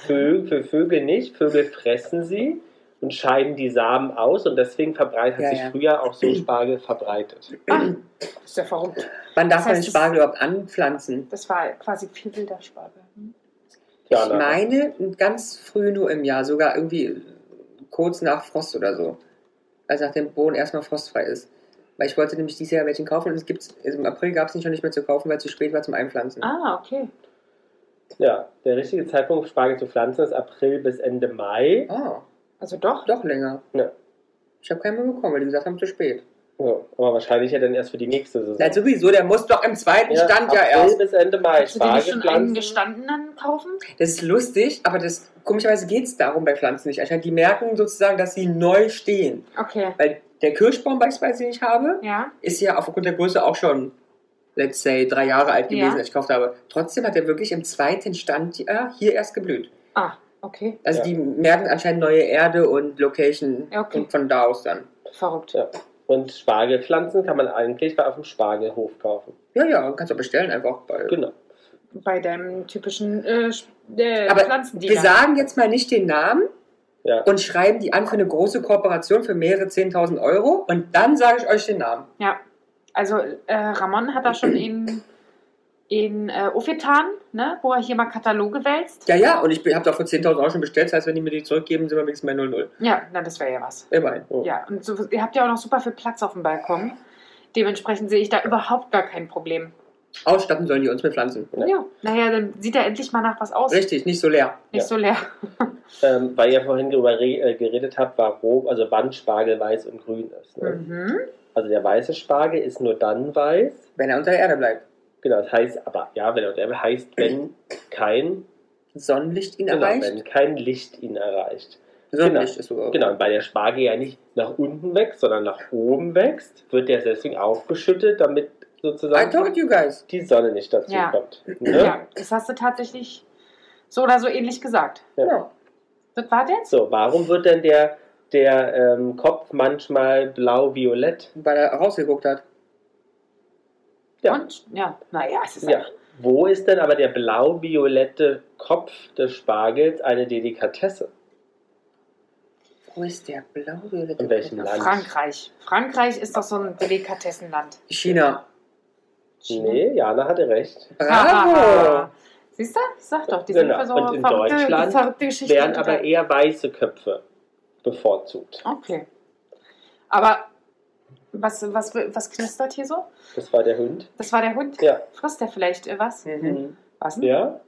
Vö für Vögel nicht. Vögel fressen sie und scheiden die Samen aus. Und deswegen verbreitet, hat
Ja,
sich
ja.
früher auch so Spargel verbreitet.
Das ist ja verrückt.
Wann darf
Das
man
heißt,
den Spargel überhaupt anpflanzen?
Das war quasi viel wilder Spargel. Hm?
Ich meine, ganz früh nur im Jahr, sogar irgendwie kurz nach Frost oder so. Als nach dem Boden erstmal frostfrei ist. Weil ich wollte nämlich dieses Jahr welchen kaufen und es gibt's, also im April gab es ihn schon nicht mehr zu kaufen, weil es zu spät war zum Einpflanzen.
Ah, okay.
Ja, der richtige Zeitpunkt, Spargel zu pflanzen, ist April bis Ende Mai.
Ah,
Also doch.
doch länger.
Ja.
Ich habe keinen mehr bekommen, weil die gesagt haben, zu spät.
So, aber wahrscheinlich ja dann erst für die nächste Saison.
Na, sowieso, der muss doch im zweiten Stand ja
April
erst.
bis Ende Mai.
Kannst du dir
Spargel
nicht schon einen
pflanzen.
gestandenen kaufen?
Das ist lustig, aber das komischerweise geht es darum bei Pflanzen nicht. Anscheinend die merken sozusagen, dass sie neu stehen.
Okay.
Weil der Kirschbaum beispielsweise, den ich habe,
Ja.
ist ja aufgrund der Größe auch schon, let's say, drei Jahre alt gewesen,
Ja.
als ich gekauft habe. Trotzdem hat er wirklich im zweiten Stand äh, hier erst geblüht.
Ah, okay.
Also
Ja.
die merken anscheinend neue Erde und Location
Ja, okay.
und von da aus dann.
Verrückt.
Und Spargelpflanzen kann man eigentlich bei auf dem Spargelhof kaufen.
Ja, ja, kannst du bestellen einfach. Bei.
Genau.
Bei deinem typischen äh, Sp- äh,
Aber Wir
Pflanzendealer.
sagen jetzt mal nicht den Namen
Ja.
und schreiben die an für eine große Kooperation für mehrere 10.000 Euro und dann sage ich euch den Namen.
Ja. Also äh, Ramon hat da schon in, in äh, Ofetan, ne, wo er hier mal Kataloge wälzt.
Ja, ja, und ich habe dafür 10.000 Euro schon bestellt, das heißt, wenn die mir die zurückgeben, sind wir wenigstens bei 0,0.
Ja, na, das wäre ja was.
Immerhin.
Ja, und so, ihr habt ja auch noch super viel Platz auf dem Balkon. Dementsprechend sehe ich da überhaupt gar kein Problem.
Ausstatten sollen die uns mit Pflanzen.
Ja.
Ja, naja, dann sieht er endlich mal nach was aus.
Richtig, nicht so leer.
Nicht
Ja.
so leer.
Ähm, weil ihr vorhin darüber re- äh, geredet habt, warum, also wann Spargel weiß und grün ist. Ne?
Mhm.
Also der weiße Spargel ist nur dann weiß.
Wenn er unter der Erde bleibt.
Genau, das heißt aber, ja, wenn der heißt, wenn kein,
Sonnenlicht ihn
genau,
erreicht.
wenn kein Licht ihn erreicht.
Sonnenlicht ist so.
Genau, und weil der Spargel ja nicht nach unten wächst, sondern nach oben wächst, wird der deswegen aufgeschüttet, damit
I
sozusagen
told you guys.
die Sonne nicht dazu
Ja.
kommt. Ne?
Ja, das hast du tatsächlich so oder so ähnlich gesagt.
Ja.
Genau.
Das war jetzt?
So, warum wird denn der, der ähm, Kopf manchmal blau-violett?
Weil er rausgeguckt hat.
Ja.
Und? Ja, naja, es ist
Ja. Wo ist denn aber der blau-violette Kopf des Spargels eine Delikatesse?
Wo ist der blaue?
In welchem Land?
Frankreich. Frankreich ist doch so ein Delikatessenland.
China.
Nee, Jana hatte recht.
Bravo!
Siehst du? Ich sag doch, die sind
Genau.
für so
Und in
verrückte,
Deutschland
verrückte Geschichten.
Wären aber eher weiße Köpfe bevorzugt.
Okay. Aber was, was, was knistert hier so?
Das war der Hund.
Das war der Hund.
Ja.
Frisst der vielleicht äh, was?
Mhm.
Was, denn?
Ja?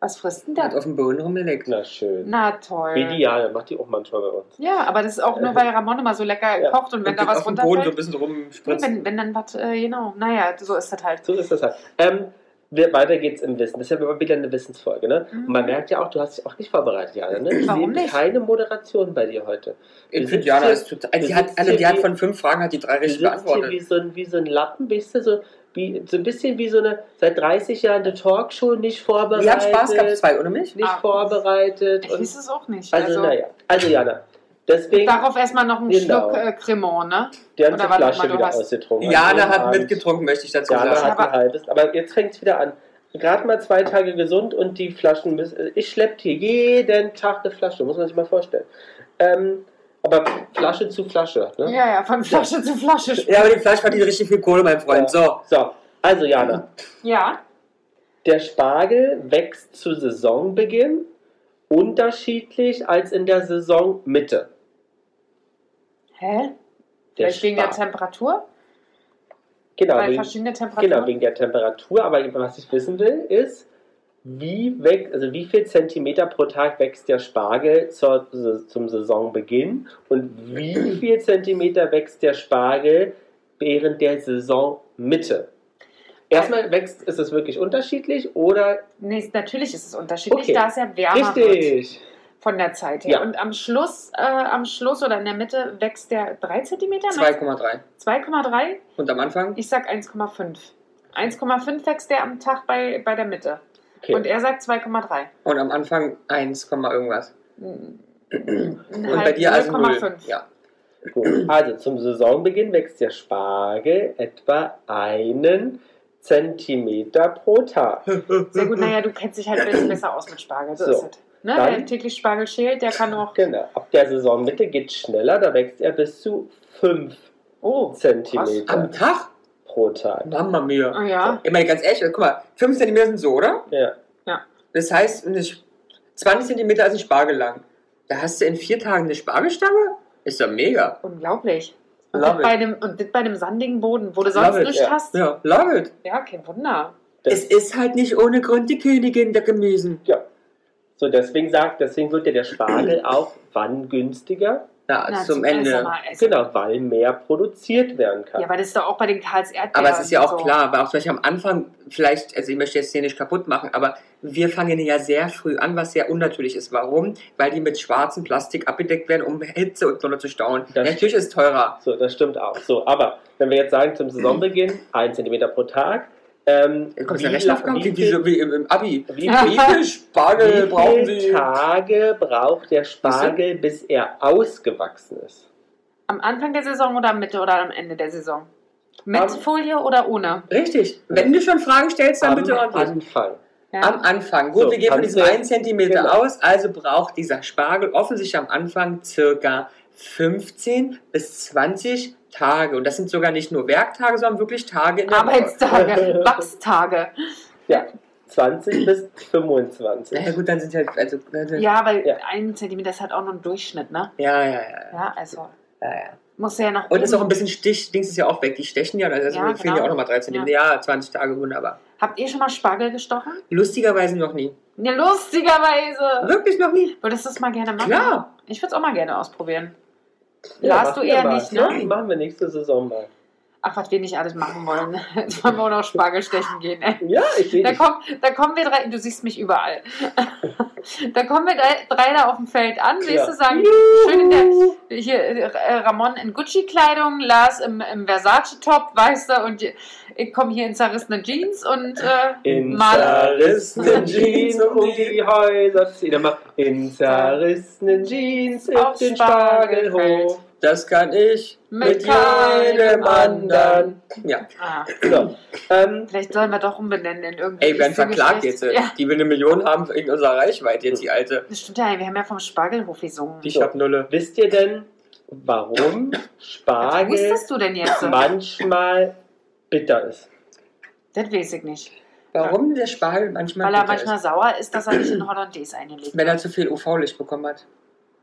was frisst denn
Hat
der?
auf dem Boden rumgelegt.
Na schön.
Na toll.
Wie die Jana, macht die auch manchmal bei uns.
Ja, aber das ist auch nur, weil Ramon immer so lecker
Äh, Ja.
kocht und wenn da
Und
was
auf dem Boden so ein
runterfällt.
bisschen
Nee,
rumspritzt.
wenn, wenn dann was, äh, genau. Naja, so ist das halt.
So ist das halt. Ähm, wir- weiter geht's im Wissen. Das ist ja immer wieder eine Wissensfolge, ne?
Mhm.
Und man merkt ja auch, du hast dich auch nicht vorbereitet, Jana, ne? Ich
Warum
sehe
nicht?
keine Moderation bei dir heute.
Ich finde, Jana ist total.
Wir
Also, Die hat,
sitzen
alle, die
hier
hat
wie-
von fünf Fragen hat die drei
Du
richtig
sitzt hier
beantwortet.
wie so ein, wie so ein Lappen, bist du so, wie, so ein bisschen wie so eine, seit 30 Jahren eine Talkshow, nicht vorbereitet.
Ihr habt Spaß gehabt, zwei, ohne mich?
Nicht
Ah.
vorbereitet.
Ich
Und,
weiß es auch nicht.
also,
Also,
naja. Also, Jana, deswegen
darauf erstmal noch einen
Genau.
Schluck äh, Cremant, ne?
die ganze
oder warte mal,
Flasche
du
wieder
hast-
ausgetrunken.
Jana
Am
hat
Abend.
mitgetrunken, möchte ich dazu
Jana
sagen.
hat ein halbes. Aber jetzt fängt es wieder an. Gerade mal zwei Tage gesund und die Flaschen müssen. äh, Ich schlepp hier jeden Tag eine Flasche, muss man sich mal vorstellen. Ähm, aber Flasche zu Flasche. Ne?
Ja, ja, von Flasche zu Flasche.
Ja, aber die Fleisch hat die richtig viel Kohle, mein Freund. So.
So, also Jana,
Ja.
der Spargel wächst zu Saisonbeginn unterschiedlich als in der Saisonmitte.
Hä?
Der
Vielleicht wegen der
Spargel-
Temperatur?
genau,
Weil
wegen,
verschiedene Temperaturen.
genau, wegen der Temperatur. Aber was ich wissen will, ist, wie, wächst, also wie viel Zentimeter pro Tag wächst der Spargel zur, zum Saisonbeginn und wie viel Zentimeter wächst der Spargel während der Saisonmitte? Erstmal wächst, ist es wirklich unterschiedlich oder
nee, natürlich ist es unterschiedlich,
Okay.
da es ja wärmer wird
richtig?
von der Zeit her.
Ja.
Und am Schluss, äh, am Schluss oder in der Mitte wächst der 3 cm?
2,3.
2,3?
Und am Anfang?
Ich sag 1,5. 1,5 wächst der am Tag bei, bei der Mitte.
Okay.
Und er sagt 2,3.
Und am Anfang 1, Komma irgendwas.
Und
Und bei dir also 0. Ja.
Gut. Also zum Saisonbeginn wächst der Spargel etwa einen Zentimeter pro Tag.
Sehr gut, naja, du kennst dich halt ein bisschen besser aus mit Spargel. So,
So.
ist es. Ne?
Dann-
Wer täglich Spargel schält, der kann auch.
Genau. Ab der Saisonmitte geht schneller, da wächst er bis zu 5
Oh.
Zentimeter
Am Tag?
pro Tag.
Mama
Oh
mia.
ja.
Ich meine, ganz ehrlich, guck mal, 5 cm sind so, oder?
Ja.
Das heißt, eine Sch- 20 cm ist ein Spargel lang. Da hast du in vier Tagen eine Spargelstange? Ist doch mega.
Unglaublich. Und
Love
das, bei
it.
einem, und das bei einem sandigen Boden, wo du sonst
Love it,
nichts
ja.
hast.
Ja, love it.
Ja, kein Wunder.
Das-
es ist halt nicht ohne Grund die Königin der Gemüsen.
So, deswegen sagt, deswegen wird ja der Spargel auch wann günstiger?
Na,
Na,
zum
also
Ende.
mal, also-
Genau, weil mehr produziert werden kann.
Ja, aber das ist doch auch bei den Karls Erdbeeren.
Aber es ist ja auch
so.
klar, weil auch zum Beispiel am Anfang, vielleicht, also ich möchte jetzt hier nicht kaputt machen, aber wir fangen ja sehr früh an, was sehr unnatürlich ist. Warum? Weil die mit schwarzem Plastik abgedeckt werden, um Hitze und Sonne zu stauen.
Das-
Natürlich ist es teurer.
So, das stimmt auch. So, aber wenn wir jetzt sagen zum Saisonbeginn 1 Zentimeter pro Tag, ähm,
Kommt
wie
der
la-
Rechenaufgabe? Wie,
wie
wie,
viel-
so wie im, im Abi.
wie
Ja.
Wie viel Spargel brauchen
Wie
Sie?
viele Tage braucht der Spargel, bis er ausgewachsen ist?
Am Anfang der Saison oder am Mitte oder am Ende der Saison? Mit
Am-
Folie oder ohne?
Richtig. Wenn du schon Fragen stellst, dann
Am
bitte ordentlich.
Anfang.
Ja.
Am Anfang. Gut,
So,
wir gehen von
kannst
diesem
du-
1 Zentimeter
Genau.
aus, also braucht dieser Spargel offensichtlich am Anfang circa 15 bis 20 Tage. Und das sind sogar nicht nur Werktage, sondern wirklich Tage in der Woche.
Arbeitstage, Wachstage.
Ja, 20 bis
Na ja,
25.
gut, dann sind halt. Also, also,
Ja, weil
Ja.
ein Zentimeter ist halt auch nur ein Durchschnitt, ne?
ja, ja, ja.
Ja, also.
ja, ja.
Muss ja nach
Und ist auch
oben.
ein bisschen Stich, Dings ist ja auch weg. Die stechen ja, also
Ja,
fehlen
genau.
ja auch nochmal 13. Ja. ja, 20 Tage, wunderbar.
Habt ihr schon mal Spargel gestochen?
Lustigerweise noch nie.
Ja, lustigerweise.
Wirklich noch nie?
Würdest du das mal gerne machen?
Klar.
Ich würde es auch mal gerne ausprobieren.
Ja,
Warst du
machen wir
eher
mal.
nicht, ne?
Ja, machen wir nächste Saison mal.
Ach, was wir nicht alles machen wollen. Jetzt wollen wir auch noch Spargel stechen gehen, ey.
Ja, ich sehe
Da,
dich.
komm, da kommen wir drei, du siehst mich überall. da kommen wir drei, drei da auf dem Feld an, siehst
Ja.
du, sagen, schön in der, hier, äh, Ramon in Gucci-Kleidung, Lars im, im Versace-Top, weißt du, und ich komme hier in zerrissene Jeans und äh,
In
Maler.
zerrissenen Jeans um die Häuser ziehen. Dann mach In zerrissenen Jeans
Auf
auf den Spargel
Spargelfeld.
hoch.
Das kann ich
Mit
mit,
keinem
keinem anderen. Ja.
ah,
So. Ähm,
vielleicht sollen wir doch umbenennen in irgendwie.
Ey, wir werden verklagt jetzt. äh.
Geschlechts- Ja,
Die will eine Million haben wegen unserer Reichweite jetzt, die alte.
das stimmt ja, wir haben ja vom Spargelhof gesungen.
Die
So.
Schnappnulle.
wisst ihr denn, warum
Was
Spargel
wusstest du denn jetzt?
manchmal bitter ist?
Das weiß ich nicht.
Warum der Spargel manchmal,
Weil er
bitter
manchmal
ist?
sauer ist, dass er nicht in Hollandaise eingelegt
Wenn er
wird.
zu viel UV-Licht bekommen hat.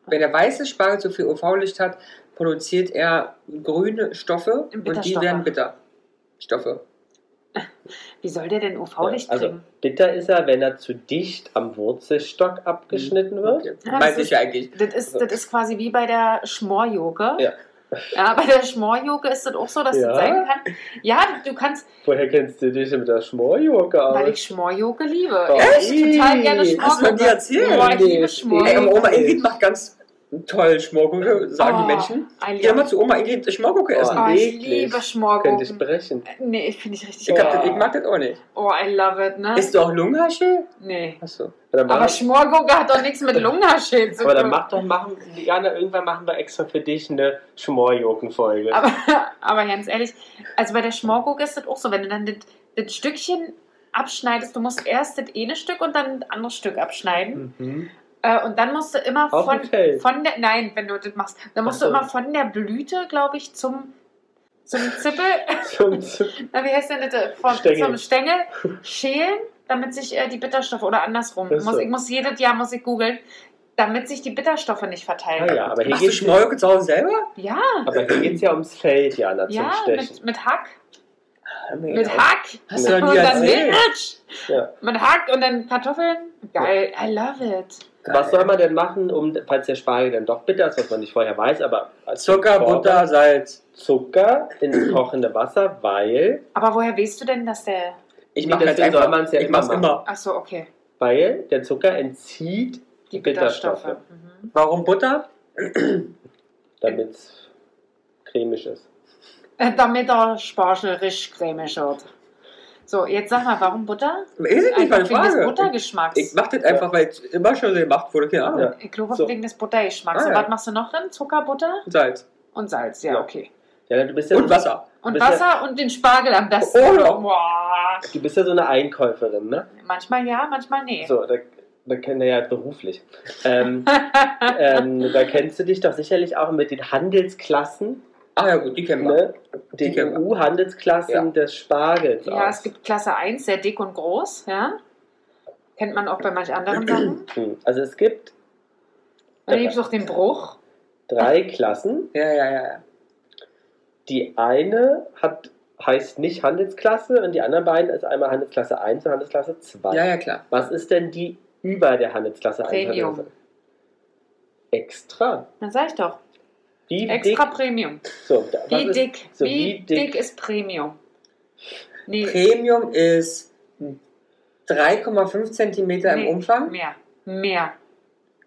Wenn der weiße Spargel zu viel UV-Licht hat, produziert er grüne Stoffe und die
Bitterstoffe.
werden bitter. Stoffe.
Wie soll der denn UV-Licht
also
kriegen?
bitter ist er, wenn er zu dicht am Wurzelstock abgeschnitten wird.
Okay.
Ja, das
Weiß
ist-
ich ja eigentlich.
Das ist, das ist quasi wie bei der Schmorjoke.
Ja.
ja, bei der Schmorjoke ist das auch so, dass
Ja.
das sein kann. Ja, du kannst,
Woher kennst du dich mit der Schmorjoke aus?
weil ich Schmorjoke liebe.
Oh.
Ich esse
Echt?
total gerne
Hast du
Schmorjoke.
mir die erzählt?
Boah, ich liebe
Nee.
Ey,
Schmorjoke.
aber Oma Ingrid macht ganz toll Schmorgurke, sagen
Oh,
die Menschen.
I
Geh mal
love-
zu Oma Ingrid Schmorgurke essen.
Oh, ich
Eklig.
liebe
Könnte ich
Schmorjoke.
brechen.
Nee, ich finde ich richtig
Ich, hab,
geil.
Ja.
ich mag das auch nicht.
Oh, I love it, ne?
Ist du auch Lungenhasche?
nee.
Achso.
Oder
Aber Schmorjoke hat doch nichts mit Lungenhaschel zu
Aber dann
tun.
mach doch, machen, Jana, irgendwann machen wir extra für dich eine Schmorjoken-Folge.
Aber, aber ganz ehrlich, also bei der Schmorgurke ist das auch so, wenn du dann das, das Stückchen abschneidest, du musst erst das eine Stück und dann das andere Stück abschneiden.
Mhm.
Äh, und dann musst du immer
Auf
von,
dem Feld.
von der, nein, wenn du das machst, dann musst
Ach so.
du immer von der Blüte, glaube ich, zum, zum Zippel,
Zum, zum,
na, wie heißt denn das, äh, von,
Stängel.
zum Stängel schälen, damit sich äh, die Bitterstoffe, oder andersrum,
Ach so.
muss, ich muss jedes Jahr, muss ich googeln, damit sich die Bitterstoffe nicht verteilen.
ah, ja, aber hier
Machst du
geht's
Schmorgurke zu Hause selber?
Ja,
aber hier geht's ja ums Feld, Jana, zum
ja,
Stechen.
mit, mit Hack,
Nee,
mit
aber-
Hack.
Hast du noch
Und
nie
dann
erzählt?
Meerrettich.
Ja.
Mit Hack und dann Kartoffeln. Geil, I love it.
Was soll man denn machen, um, falls der Spargel dann doch bitter ist, was man nicht vorher weiß, aber als
Zucker,
Vorrat-
Butter, Salz.
Zucker ins kochende Wasser, weil,
Aber woher weißt du denn, dass der.
Ich
Nee,
mach
deswegen
ganz einfach.
soll man's ja
ich
immer
mach's
machen.
immer.
Achso, okay.
weil der Zucker entzieht,
Die
Bitterstoffe.
Bitterstoffe. Mhm.
Warum Butter?
damit es cremig ist.
Äh, Damit der Spargel richtig cremig wird. So, jetzt sag mal, warum Butter?
Ist es nicht
Einfach
meine
wegen des
Frage.
Buttergeschmacks.
Ich mach das einfach, weil es immer schon so gemacht wurde. Keine Ahnung.
Ja.
Ich glaube,
So.
wegen des Buttergeschmacks.
Ah,
und
ja.
was machst du noch drin? Zucker, Butter
Salz.
und Salz. Ja,
Ja.
okay.
Jana, du bist ja,
Und Wasser.
Und
Bist ja-
Wasser und den Spargel am besten.
Oh, ja.
Boah.
du bist ja so eine Einkäuferin, ne?
Manchmal ja, manchmal nee.
So, da, da kennt er ja beruflich. Ähm, ähm, da kennst du dich doch sicherlich auch mit den Handelsklassen,
Ah ja gut, die kennen wir.
ne?
Die
den
kennen wir.
EU-Handelsklassen
Ja.
des Spargels.
Ja,
aus.
es gibt Klasse 1, sehr dick und groß, ja. Kennt man auch bei manch anderen Sachen.
Hm. Also es gibt
Dann gibt es auch den Bruch.
drei Klassen.
Ja, ja, ja. ja.
Die eine hat, heißt nicht Handelsklasse und die anderen beiden ist einmal Handelsklasse 1 und Handelsklasse 2.
Ja, ja, klar.
Was ist denn die über der Handelsklasse 1?
Premium.
Extra.
Dann sag ich doch.
Wie
Extra
dick?
Premium.
So, da- was
Wie
ist-
dick?
so,
wie,
wie
dick?
dick?
ist Premium? Nee,
Premium ist 3,5 Zentimeter im
Nee.
Umfang.
mehr. Mehr.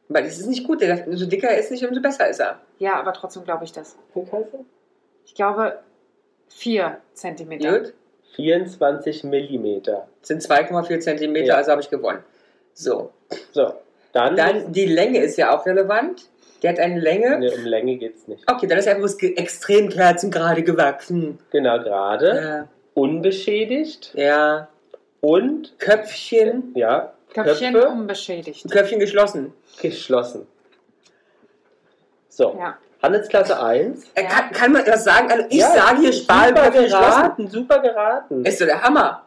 Weil das ist nicht gut. Der- Umso dicker er ist nicht, umso besser ist er.
Ja, aber trotzdem glaube ich das.
Heißt
Ich glaube 4 Zentimeter.
Gut.
es? 24 Millimeter.
Sind 2,4 Zentimeter,
Ja.
also habe ich gewonnen. So.
So, dann,
Dann die Länge ist ja auch relevant. Der hat eine Länge.
ne, um Länge geht's nicht.
Okay, dann ist er bloß ge- extrem kerzengerade gewachsen.
Genau, gerade,
Ja.
unbeschädigt
ja.
und,
Köpfchen,
ja,
Köpfchen
Köpfe
unbeschädigt.
Köpfchen geschlossen.
geschlossen. So,
Ja.
Handelsklasse 1.
Äh,
Ja.
Kann, kann man das sagen? Also ich
Ja,
sage hier
super
Spargelköpfchen geschlossen.
geraten, super geraten.
Ist so der Hammer.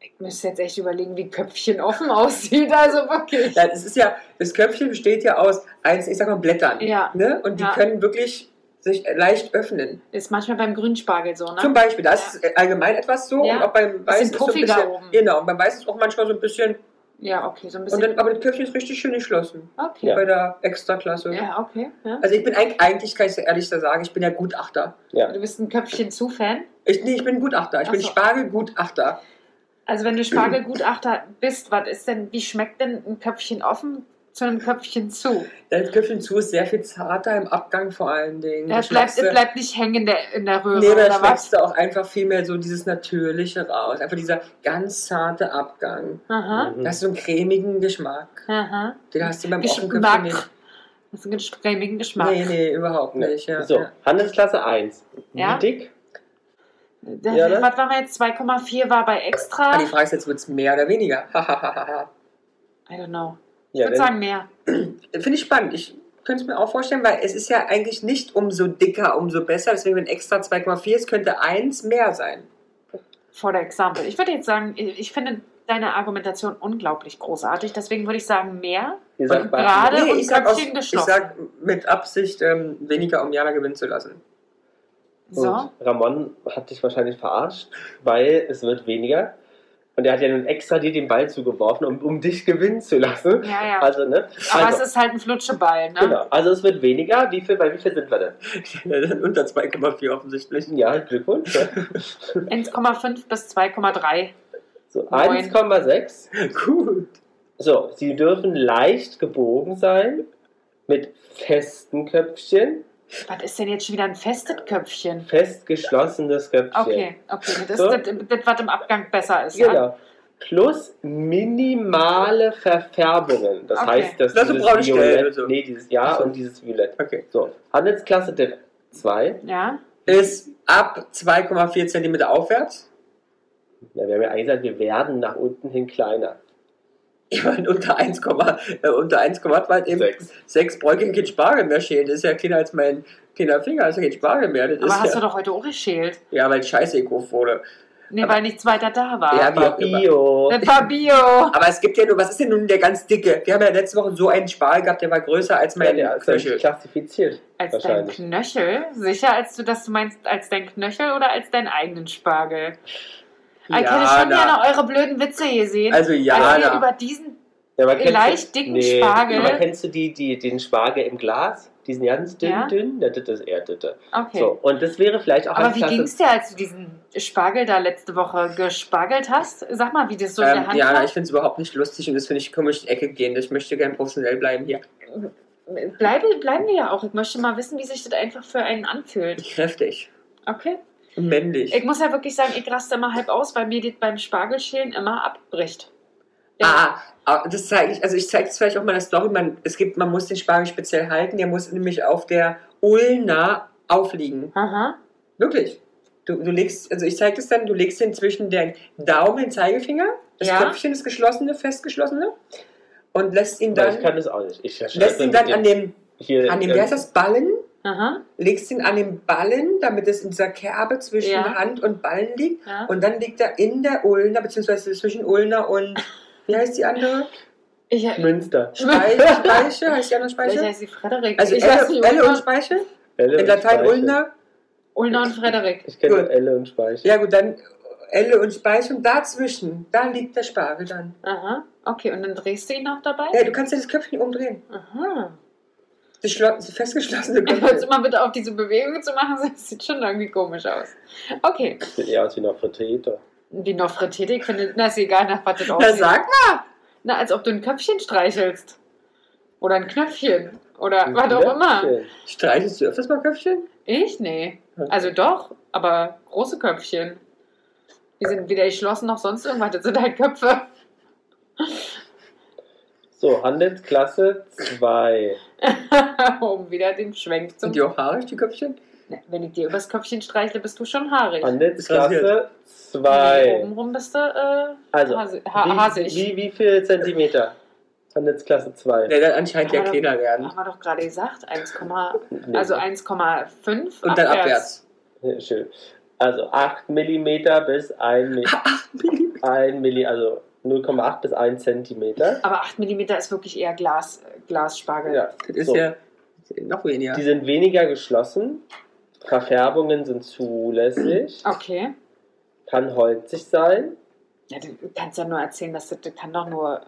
Ich müsste jetzt echt überlegen, wie Köpfchen offen aussieht. Also wirklich.
Ja, Das ist ja, das Köpfchen besteht ja aus eins, ich sag mal, Blättern.
Ja.
Ne? Und die
Ja.
können wirklich sich leicht öffnen.
Ist manchmal beim Grünspargel so, ne?
Zum Beispiel, das ist allgemein etwas so
Ja.
und auch beim Weiß
Bisschen
ist so ein
puffiger
bisschen,
oben.
genau, und beim Weiß ist auch manchmal so ein bisschen,
Ja, okay, so ein bisschen.
und dann, aber das Köpfchen ist richtig schön geschlossen
okay.
Ja.
Ja,
bei der Extraklasse.
okay. Ja.
Also ich bin eigentlich, eigentlich kann ich es ehrlich sagen, ich bin ja Gutachter.
Ja.
Du bist ein Köpfchen zu Fan.
Ich, nee, ich bin Gutachter, ich bin
Ach so.
Spargelgutachter.
Also wenn du Spargelgutachter bist, was ist denn, wie schmeckt denn ein Köpfchen offen zu einem Köpfchen zu?
Das Köpfchen zu ist sehr viel zarter im Abgang vor allen Dingen.
Ja,
Du
es bleibt, es
schmeckst-
bleibt nicht hängen in der, in der Röhre
Nee, da
oder was?
schmeckst du auch einfach viel mehr so dieses Natürliche raus. Einfach dieser ganz zarte Abgang.
Aha,
Mhm.
Das ist so einen cremigen Geschmack.
aha.
Den hast du beim Offenköpfchen
Hm. Geschmack.
nicht.
Das ist ein cremigen Geschmack.
Nee, nee, überhaupt
Nee.
nicht. Ja.
So,
Ja.
Handelsklasse 1.
Ja.
Wie dick?
Da-
Ja, ne?
Was waren wir jetzt? 2,4 war bei Extra.
Aber Ah, die Frage ist jetzt, wird es mehr oder weniger?
I don't know. Ich
Ja,
würde
dann,
sagen mehr.
Finde ich spannend. Ich könnte es mir auch vorstellen, weil es ist ja eigentlich nicht umso dicker, umso besser. Deswegen, wenn extra 2,4 ist, könnte 1 mehr sein.
For the example. Ich würde jetzt sagen, ich ich finde deine Argumentation unglaublich großartig. Deswegen würde ich sagen mehr.
ihr sagt
Und
mal-
gerade- und
ich sag, aus,
Köpfchen
ich
geschlossen.
sag mit Absicht ähm, weniger, um Jana gewinnen zu lassen.
So.
Und Ramon hat dich wahrscheinlich verarscht, weil es wird weniger. Und er hat ja nun extra dir den Ball zugeworfen, um, um dich gewinnen zu lassen.
Ja, ja.
Also, ne?
Aber
also,
es ist halt ein Flutscheball, ne?
genau. also es wird weniger. Wie viel, bei wie viel sind wir denn?
Ja, dann unter 2,4 offensichtlich.
Ja, Glückwunsch.
1,5 bis 2,3.
So,
Neun.
1,6.
Gut.
So, sie dürfen leicht gebogen sein, mit festen Köpfchen,
Was ist denn jetzt schon wieder ein festes Köpfchen?
fest geschlossenes Köpfchen.
Okay, okay. Das
So.
ist das, das, was im Abgang besser ist. Ja?
Genau. Plus minimale Verfärbungen. Das
Okay.
heißt, dass
Also braune Stellen und so.
nee, dieses Ja
Ach so.
und dieses Violett.
Okay.
So, Handelsklasse 2.
ja?
Ist ab 2,4 cm aufwärts.
Na, wir haben ja eigentlich gesagt, wir werden nach unten hin kleiner.
Ich meine, unter 1, äh, unter 1, weit eben
Sechs.
6 Bräuche kein Spargel mehr schälen. Das ist ja kleiner als mein kleiner Finger, also kein Spargel mehr. Das
Aber
ist
hast
ja,
du doch heute auch geschält.
ja, weil scheiße Eko wurde.
Nee,
Aber-
weil nichts weiter da war.
Ja,
Aber
wie auch immer.
Bio.
Das war Bio.
Aber es gibt ja nur, was ist denn nun der ganz dicke? Wir haben ja letzte Woche so einen Spargel gehabt, der war größer als
Ja,
mein
der ist ja nicht
Knöchel.
klassifiziert.
Als dein
Wahrscheinlich.
Knöchel? Sicher, als du, dass du meinst, als dein Knöchel oder als deinen eigenen Spargel? Ja, ich hätte schon
Jana.
gerne eure blöden Witze gesehen.
Also
als ihr
Jana.
über diesen
Ja, aber kennst
leicht dicken Spargel.
Aber kennst du die, die, den Spargel im Glas? Diesen ganz dünn,
Ja.
dünn? Ja, das ist eher Ditte.
Okay.
So, und das wäre vielleicht auch
Aber
als
wie
Klasse-
ging es dir, als du diesen Spargel da letzte Woche gespargelt hast? Sag mal, wie das so in der
Ähm,
Hand
Jana,
war.
ich finde es überhaupt nicht lustig und das finde ich komisch in die Ecke gehen. Ich möchte gern professionell bleiben hier.
Bleibe, bleiben wir ja auch. Ich möchte mal wissen, wie sich das einfach für einen anfühlt.
Kräftig.
Okay.
und Männlich.
Ich muss ja wirklich sagen, ich raste immer halb aus, weil mir das beim Spargelschälen immer abbricht.
Ah, ah, das zeige ich, also ich zeige es vielleicht auch mal in der Story. Man, es gibt, man muss den Spargel speziell halten, der muss nämlich auf der Ulna aufliegen.
Aha.
Wirklich. Du, du legst, also ich zeige das dann, du legst den zwischen den Daumen und den Zeigefinger, das
Ja.
Köpfchen, das geschlossene, festgeschlossene, und lässt ihn
Nein, ich kann
dann,
das auch nicht. Ich
lässt ihn dann an dem,
hier,
an dem,
ähm,
wie heißt das, Ballen?
Aha.
Legst ihn an dem Ballen, damit es in dieser Kerbe zwischen
Ja.
Hand und Ballen liegt.
Ja.
Und dann liegt er in der Ulna, beziehungsweise zwischen Ulna und, wie heißt die andere?
Ich,
Münster.
Speiche, Speiche, heißt die andere
Vielleicht
Speiche?
heißt sie Frederik.
Also
ich weiß
Elle,
nicht,
Elle und
Ulna,
Speiche?
Elle
In
und
Latein
Speichel.
Ulna?
Ulna und Frederik.
Ich kenne
Gut.
Elle und Speichel.
Ja gut, dann Elle und Speiche und dazwischen, da liegt der Spargel dann.
Aha. Okay, und dann drehst du ihn auch dabei?
Ja, du kannst ja das Köpfchen umdrehen.
Aha.
Das schlo- das festgeschlossene
Hörst du
Köpfchen.
mal bitte auf, diese Bewegung zu machen? Das sieht schon irgendwie komisch aus. Okay.
Sieht eher aus wie eine Frittete.
Die Nofretete, ich finde, na ist egal, nach was das
Na
aussieht.
sag mal,
Na, als ob du ein Köpfchen streichelst. Oder ein Knöpfchen. Oder was auch immer.
streichelst du öfters mal Köpfchen?
Ich? Nee. Also doch, aber große Köpfchen. Die sind weder geschlossen noch sonst irgendwas. Das sind halt Köpfe.
So, Handelsklasse 2.
um wieder den Schwenk zu
Sind die auch haarig, die Köpfchen?
Na, Wenn ich dir übers Köpfchen streichle, bist du schon haarig.
Handelsklasse
Oben
2.
rum bist du äh,
Also,
hasi- ha
wie,
hasig.
wie, wie viel Zentimeter? Handelsklasse 2.
Der dann anscheinend ja
Aber-
kleiner werden.
Haben wir doch gerade gesagt. 1,
Nee.
also 1,5
Und dann abwärts.
Ja, Schön. Also 8 mm bis 1 mm. 1 Milli, also 0,8 bis 1 Zentimeter.
Aber 8 mm ist wirklich eher Glas, Glasspargel.
Ja,
Das ist
so.
ja, Noch weniger.
Die sind weniger geschlossen. Verfärbungen sind zulässig.
Okay.
Kann holzig sein.
Ja, du kannst ja nur erzählen, dass das, das kann doch nur.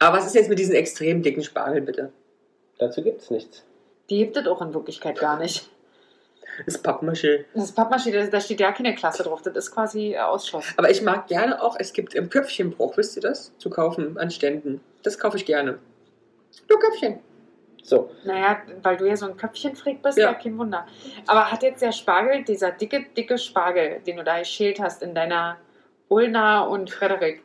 Aber was ist jetzt mit diesen extrem dicken Spargeln, bitte?
Dazu gibt es nichts.
Die gibt es auch in Wirklichkeit gar nicht.
Das ist Pappmaché.
Das Pappmaschine, da- da steht ja keine Klasse drauf. Das ist quasi äh, Ausschluss.
Aber ich mag gerne auch, es gibt im Köpfchenbruch, wisst ihr das? Zu kaufen an Ständen. Das kaufe ich gerne. Nur Köpfchen.
So,
Naja, weil du ja so ein Köpfchenfreak bist,
Ja.
ja. kein Wunder. Aber hat jetzt der Spargel, dieser dicke, dicke Spargel, den du da geschält hast in deiner Ulna und Frederik,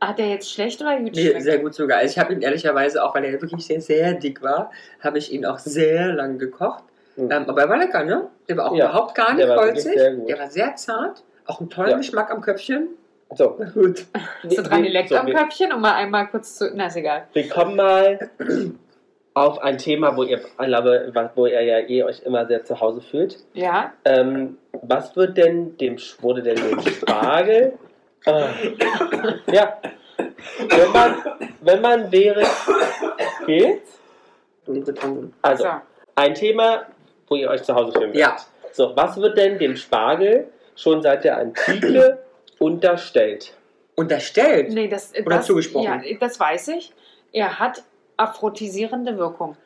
hat der jetzt schlecht oder gut
Nee,
geschmeckt?
sehr gut sogar. Also ich habe ihn ehrlicherweise, auch weil er wirklich sehr, sehr dick war, habe ich ihn auch sehr lang gekocht.
Mhm.
Ähm, aber er war lecker, ne? Der war auch
Ja,
überhaupt gar nicht
der war wirklich
holzig.
sehr gut.
Der war sehr zart. Auch einen tollen
Ja.
Geschmack am Köpfchen.
so.
Gut.
Hast du dran geleckt am
wir,
Köpfchen, um mal einmal kurz zu. Na, ist egal.
wir kommen mal auf ein Thema, wo ihr, alle- wo ihr ja eh euch immer sehr zu Hause fühlt.
Ja,
Ähm, was wird denn dem Sch- wurde denn dem Spargel? Ah, ja. Wenn man, wenn man wäre. Geht's?
Und getrunken.
Also,
so.
ein Thema, wo ihr euch zu Hause fühlen
Ja.
werdet. So, was wird denn dem Spargel schon seit der Antike unterstellt?
Unterstellt.
Nee, das, äh,
Oder
das,
zugesprochen.
Ja, das weiß ich. Er hat aphrodisierende Wirkung.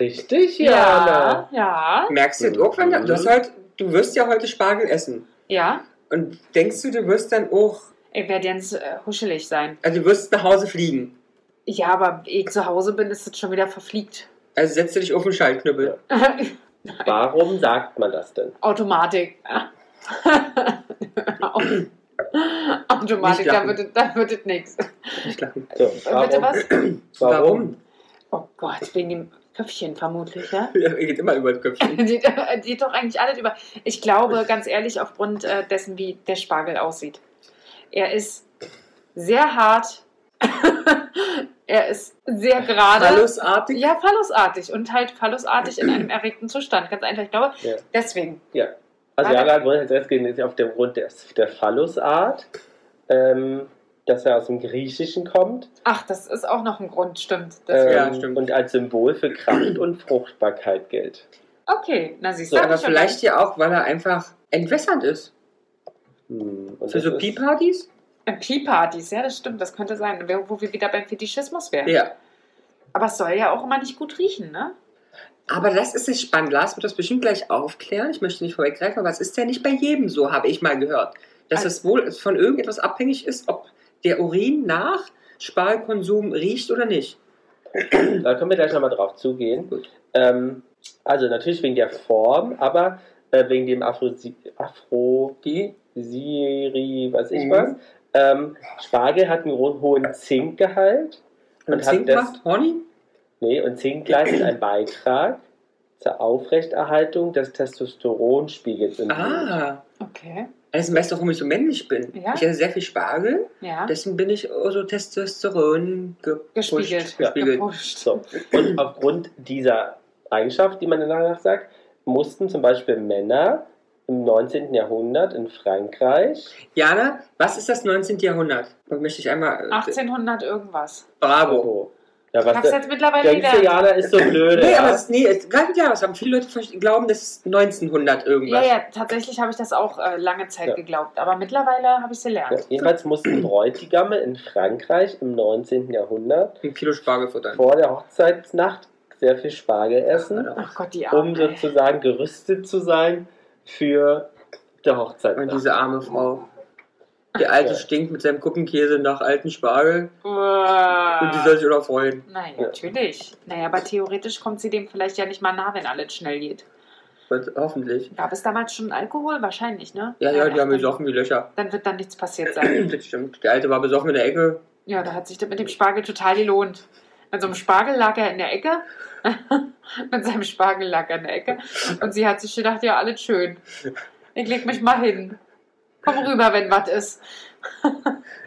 Richtig, Jana?
ja, ja,
Merkst du das auch, wenn du, du, hast heute, du wirst ja heute Spargel essen.
ja.
Und denkst du, du wirst dann auch,
Ich werde ganz äh, huschelig sein.
also du wirst nach Hause fliegen.
Ja, aber eh zu Hause bin, ist das schon wieder verfliegt.
Also setzt du dich auf den Schaltknüppel.
Warum sagt man das denn?
Automatik. Automatik,
Nicht
da
lachen.
wird, es- da wird es nichts.
Nicht lachen.
So,
Bitte was?
Warum?
Oh Gott, wegen dem Köpfchen vermutlich, ja?
Ja, er geht immer über das Köpfchen.
Die, die doch eigentlich alles über. Ich glaube, ganz ehrlich, aufgrund äh, dessen, wie der Spargel aussieht. Er ist sehr hart. er ist sehr gerade.
Hallusartig.
Ja, phallusartig und halt phallusartig in einem erregten Zustand. Ganz einfach, ich glaube,
Ja.
deswegen.
Ja. Also
Warte.
Jana hat grundsätzlich nicht auf dem Grund der, der Phallusart, ähm, dass er aus dem Griechischen kommt.
Ach, das ist auch noch ein Grund, stimmt.
Ähm,
Das,
Ja, stimmt.
Und als Symbol für Kraft und Fruchtbarkeit gilt.
okay, na siehst du.
So,
hab
aber
ich schon
vielleicht ja auch, weil er einfach entwässernd ist.
Hm, und
Für
das
so
ist-
Pi-Partys?
recht. Äh, Pie-Partys, ja, das stimmt, das könnte sein, wo wo wir wieder beim Fetischismus wären.
Ja.
Aber es soll ja auch immer nicht gut riechen, ne?
Aber das ist nicht spannend. Lars wird das bestimmt gleich aufklären. Ich möchte nicht vorweggreifen, aber es ist ja nicht bei jedem so, habe ich mal gehört. Dass
Also-
es wohl von irgendetwas abhängig ist, ob der Urin nach Spargelkonsum riecht oder nicht.
Da können wir gleich nochmal drauf zugehen.
Gut.
Ähm, also natürlich wegen der Form, aber äh, wegen dem Afro, Afro
Die?
Siri, weiß ich
Mhm.
was. Ähm, Spargel hat einen ho- hohen Zinkgehalt.
Und
Und hat
Zink
das-
macht Horny?
Nee, und Zink leistet einen Beitrag zur Aufrechterhaltung des Testosteronspiegels
Mhm.
im Blut.
Ah.
Okay,
Also weißt du, warum ich so männlich bin?
Ja.
Ich esse sehr viel Spargel,
ja.
deswegen bin ich auch so Testosteron gepusht,
Gespiegelt.
gespiegelt.
Gepusht.
So. Und aufgrund dieser Eigenschaft, die man danach sagt, mussten zum Beispiel Männer im 19. Jahrhundert in Frankreich.
Jana, was ist das 19. Jahrhundert? Und möchte ich einmal. äh,
1800 irgendwas.
Bravo.
Oh. Ja,
Ich
was
hab's
der,
jetzt mittlerweile
denkst du,
wieder.
Jana ist so blöd.
Nee, aber
ja?
es ist, nee, es, gar nicht, ja, es haben viele Leute ver- glauben, das ist 1900
Ja,
irgendwas.
ja, tatsächlich habe ich das auch äh, lange Zeit
Ja.
geglaubt, aber mittlerweile habe ich es
Ja,
gelernt.
jedenfalls mussten Bräutigamme in Frankreich im 19. Jahrhundert
Ein Kilo Spargel futtern.
vor der Hochzeitsnacht sehr viel Spargel essen,
Ach Gott, die
um
Arme. ey.
sozusagen gerüstet zu sein für die
Und
Hochzeitsnacht.
diese arme Frau. Der alte
Ja.
stinkt mit seinem Kuppenkäse nach alten Spargel.
Uah.
Ah.
Und die soll sich auch noch freuen.
Naja,
Ja.
natürlich. Naja, aber theoretisch kommt sie dem vielleicht ja nicht mal nah, wenn alles schnell geht.
Und hoffentlich.
Gab es damals schon Alkohol? Wahrscheinlich, ne?
Ja, ja, die haben
dann,
besoffen wie Löcher.
dann wird dann nichts passiert sein.
Das stimmt. Der alte war besoffen in der Ecke.
Ja, da hat sich das mit dem Spargel total gelohnt. Mit so einem Spargel lag er in der Ecke. mit seinem Spargel lag er in der Ecke. Und sie hat sich gedacht, ja, alles schön. Ich leg mich mal hin. Komm rüber, wenn was ist.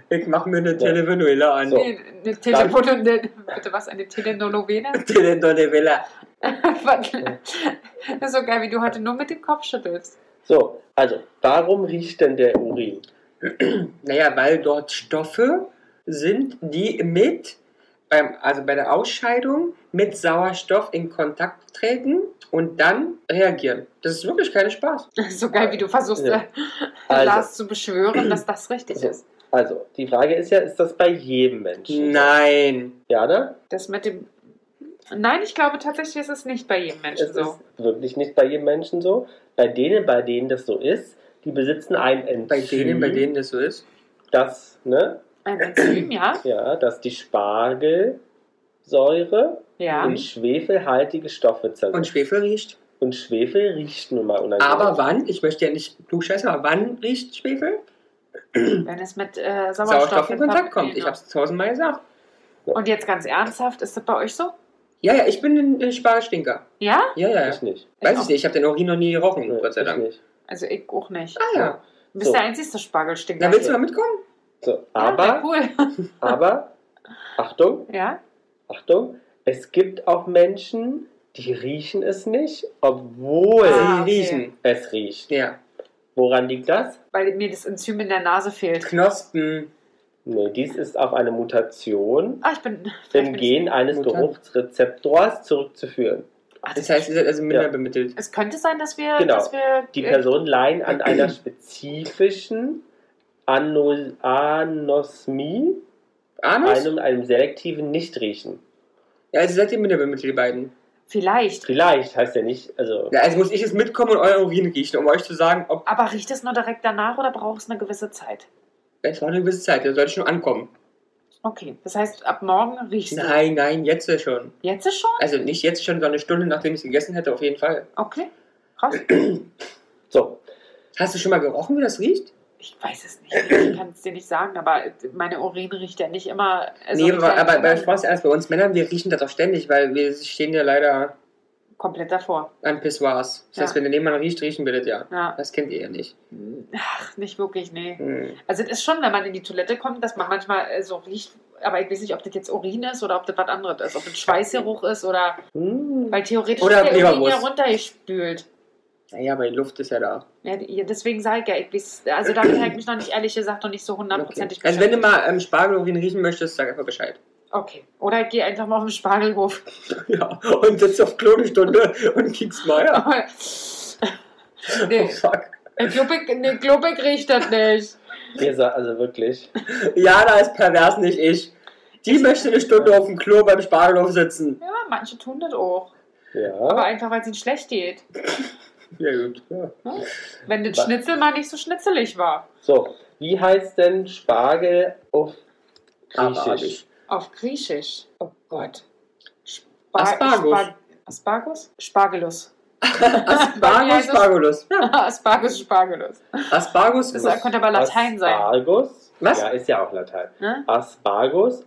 Ich mach mir eine Telenovela an.
So.
Nee, Eine Telefoto, ne, bitte was, eine Telenovela?
Telenovela.
das ist so geil, wie du heute nur mit dem Kopf schüttelst.
So, also, warum riecht denn der Urin?
Naja, weil dort Stoffe sind, die mit beim, also bei der Ausscheidung mit Sauerstoff in Kontakt treten und dann reagieren. Das ist wirklich kein Spaß.
So geil, wie du versuchst,
Ja.
äh,
Also.
Lars zu beschwören, dass das richtig ist.
Also, die Frage ist ja, ist das bei jedem Menschen?
Nein.
Ja, ne?
Das mit dem. Nein, ich glaube tatsächlich ist es nicht bei jedem
Es
Menschen
ist
so.
wirklich nicht bei jedem Menschen so. Bei denen, bei denen das so ist, die besitzen ein Enzym,
Bei denen,
Hm.
bei denen das so ist.
das, ne?
Ein Enzym, ja?
Ja, dass die Spargelsäure
Ja.
in schwefelhaltige Stoffe zersetzt.
Und Schwefel riecht.
Und Schwefel riecht nun mal unangenehm.
Aber wann? Ich möchte ja nicht klugscheißen, aber wann riecht Schwefel?
Wenn es mit äh, Sauerstoff,
Sauerstoff in Kontakt kommt. Ich
Genau.
habe es tausendmal gesagt.
Und jetzt ganz ernsthaft, ist das bei euch so?
Ja, ja, ich bin ein äh, Spargelstinker.
Ja?
Ja, ja, ja.
ich nicht.
Ich
Weiß
auch.
ich nicht, ich habe den Urin noch nie gerochen,
Nee,
Hm, Gott sei
ich
Dank.
Nicht.
Also ich auch nicht.
Ah ja.
Du bist
So.
der einzige Spargelstinker.
Na, willst du mal mitkommen?
So,
Ah, ja,
aber,
cool.
aber, Achtung,
Ja?
Achtung, es gibt auch Menschen, die riechen es nicht, obwohl
Ah,
Sie
okay.
riechen.
es riecht.
Ja.
Woran liegt das?
Weil mir das Enzym in der Nase fehlt.
Knospen.
Nee, dies ist auf eine Mutation
Ah, ich bin.
im
vielleicht bin ich-
Gen eines
Mutant.
Geruchsrezeptors zurückzuführen.
Ach,
Das
Ah, das
heißt, ihr seid also minder
Ja.
bemittelt.
es könnte sein, dass wir.
Genau.
Dass wir
Die
äh,
Personen leiden an einer spezifischen Ano Anosmie,
Anus?
einem, einem selektiven Nichtriechen.
Ja, also seid ihr minder bemittelt, die beiden.
Vielleicht.
Vielleicht heißt ja nicht, also
Ja, also muss ich jetzt mitkommen und euren Urin riechen, um euch zu sagen, ob.
Aber riecht es nur direkt danach oder braucht es eine gewisse Zeit?
Es war eine gewisse Zeit, ihr sollt schon ankommen.
Okay, das heißt, ab morgen riechst du.
Nein, nein, jetzt schon.
Jetzt schon?
Also nicht jetzt schon, sondern eine Stunde, nachdem ich es gegessen hätte, auf jeden Fall.
Okay. Krass.
so.
Hast du schon mal gerochen, wie das riecht?
Ich weiß es nicht. Ich kann es dir nicht sagen, aber meine Urin riecht ja nicht immer. also
nee,
riecht ja
aber, aber
nicht
bei,
immer
Spaß ernst, bei uns Männern, wir riechen das auch ständig, weil wir stehen ja leider
komplett davor.
an Pissoirs. Das
Ja.
heißt, wenn der Nebenmann riecht, riechen wir das ja.
Ja.
Das kennt ihr ja nicht.
Ach, nicht wirklich, nee.
Hm.
Also es ist schon, wenn man in die Toilette kommt, dass man manchmal äh, so riecht, aber ich weiß nicht, ob das jetzt Urin ist oder ob das was anderes ist, ob das Schweißgeruch ist oder
Hm.
weil theoretisch ist
Oder
der Urin
Leberwurst.
ja runtergespült.
Naja, aber die Luft ist ja da.
Ja, die- deswegen sage ich ja, ich weiß, also damit habe ich mich noch nicht ehrlich gesagt noch nicht so hundertprozentig
Okay. Also wenn du
beschäftigt.
mal ähm, Spargelurin riechen möchtest, sag einfach Bescheid.
Okay. Oder ich gehe einfach mal auf den Spargelhof.
Ja, und sitzt auf Klo eine Stunde und kiekst mal. Ja. Oh,
nee,
fuck.
Glubig, nee, Glubig riecht das nicht.
Ihr sa- also wirklich.
Jana ist pervers, nicht ich. Die möchte eine Stunde auf dem Klo beim Spargelhof sitzen.
Ja, manche tun das auch.
Ja.
Aber einfach, weil es ihnen schlecht geht.
Ja, gut. Ja.
Wenn das Schnitzel mal nicht so schnitzelig war.
So, wie heißt denn Spargel auf Griechisch?
Arabisch.
Auf Griechisch. Oh Gott. Spar
Aspargus.
Spar Aspargus? Spargelus.
Aspargus, Spargelus.
Aspargus, Spargelus.
Aspargus.
Das könnte aber Latein sein.
Aspargus?
Was?
Ja, ist ja auch Latein.
Ne?
Aspargus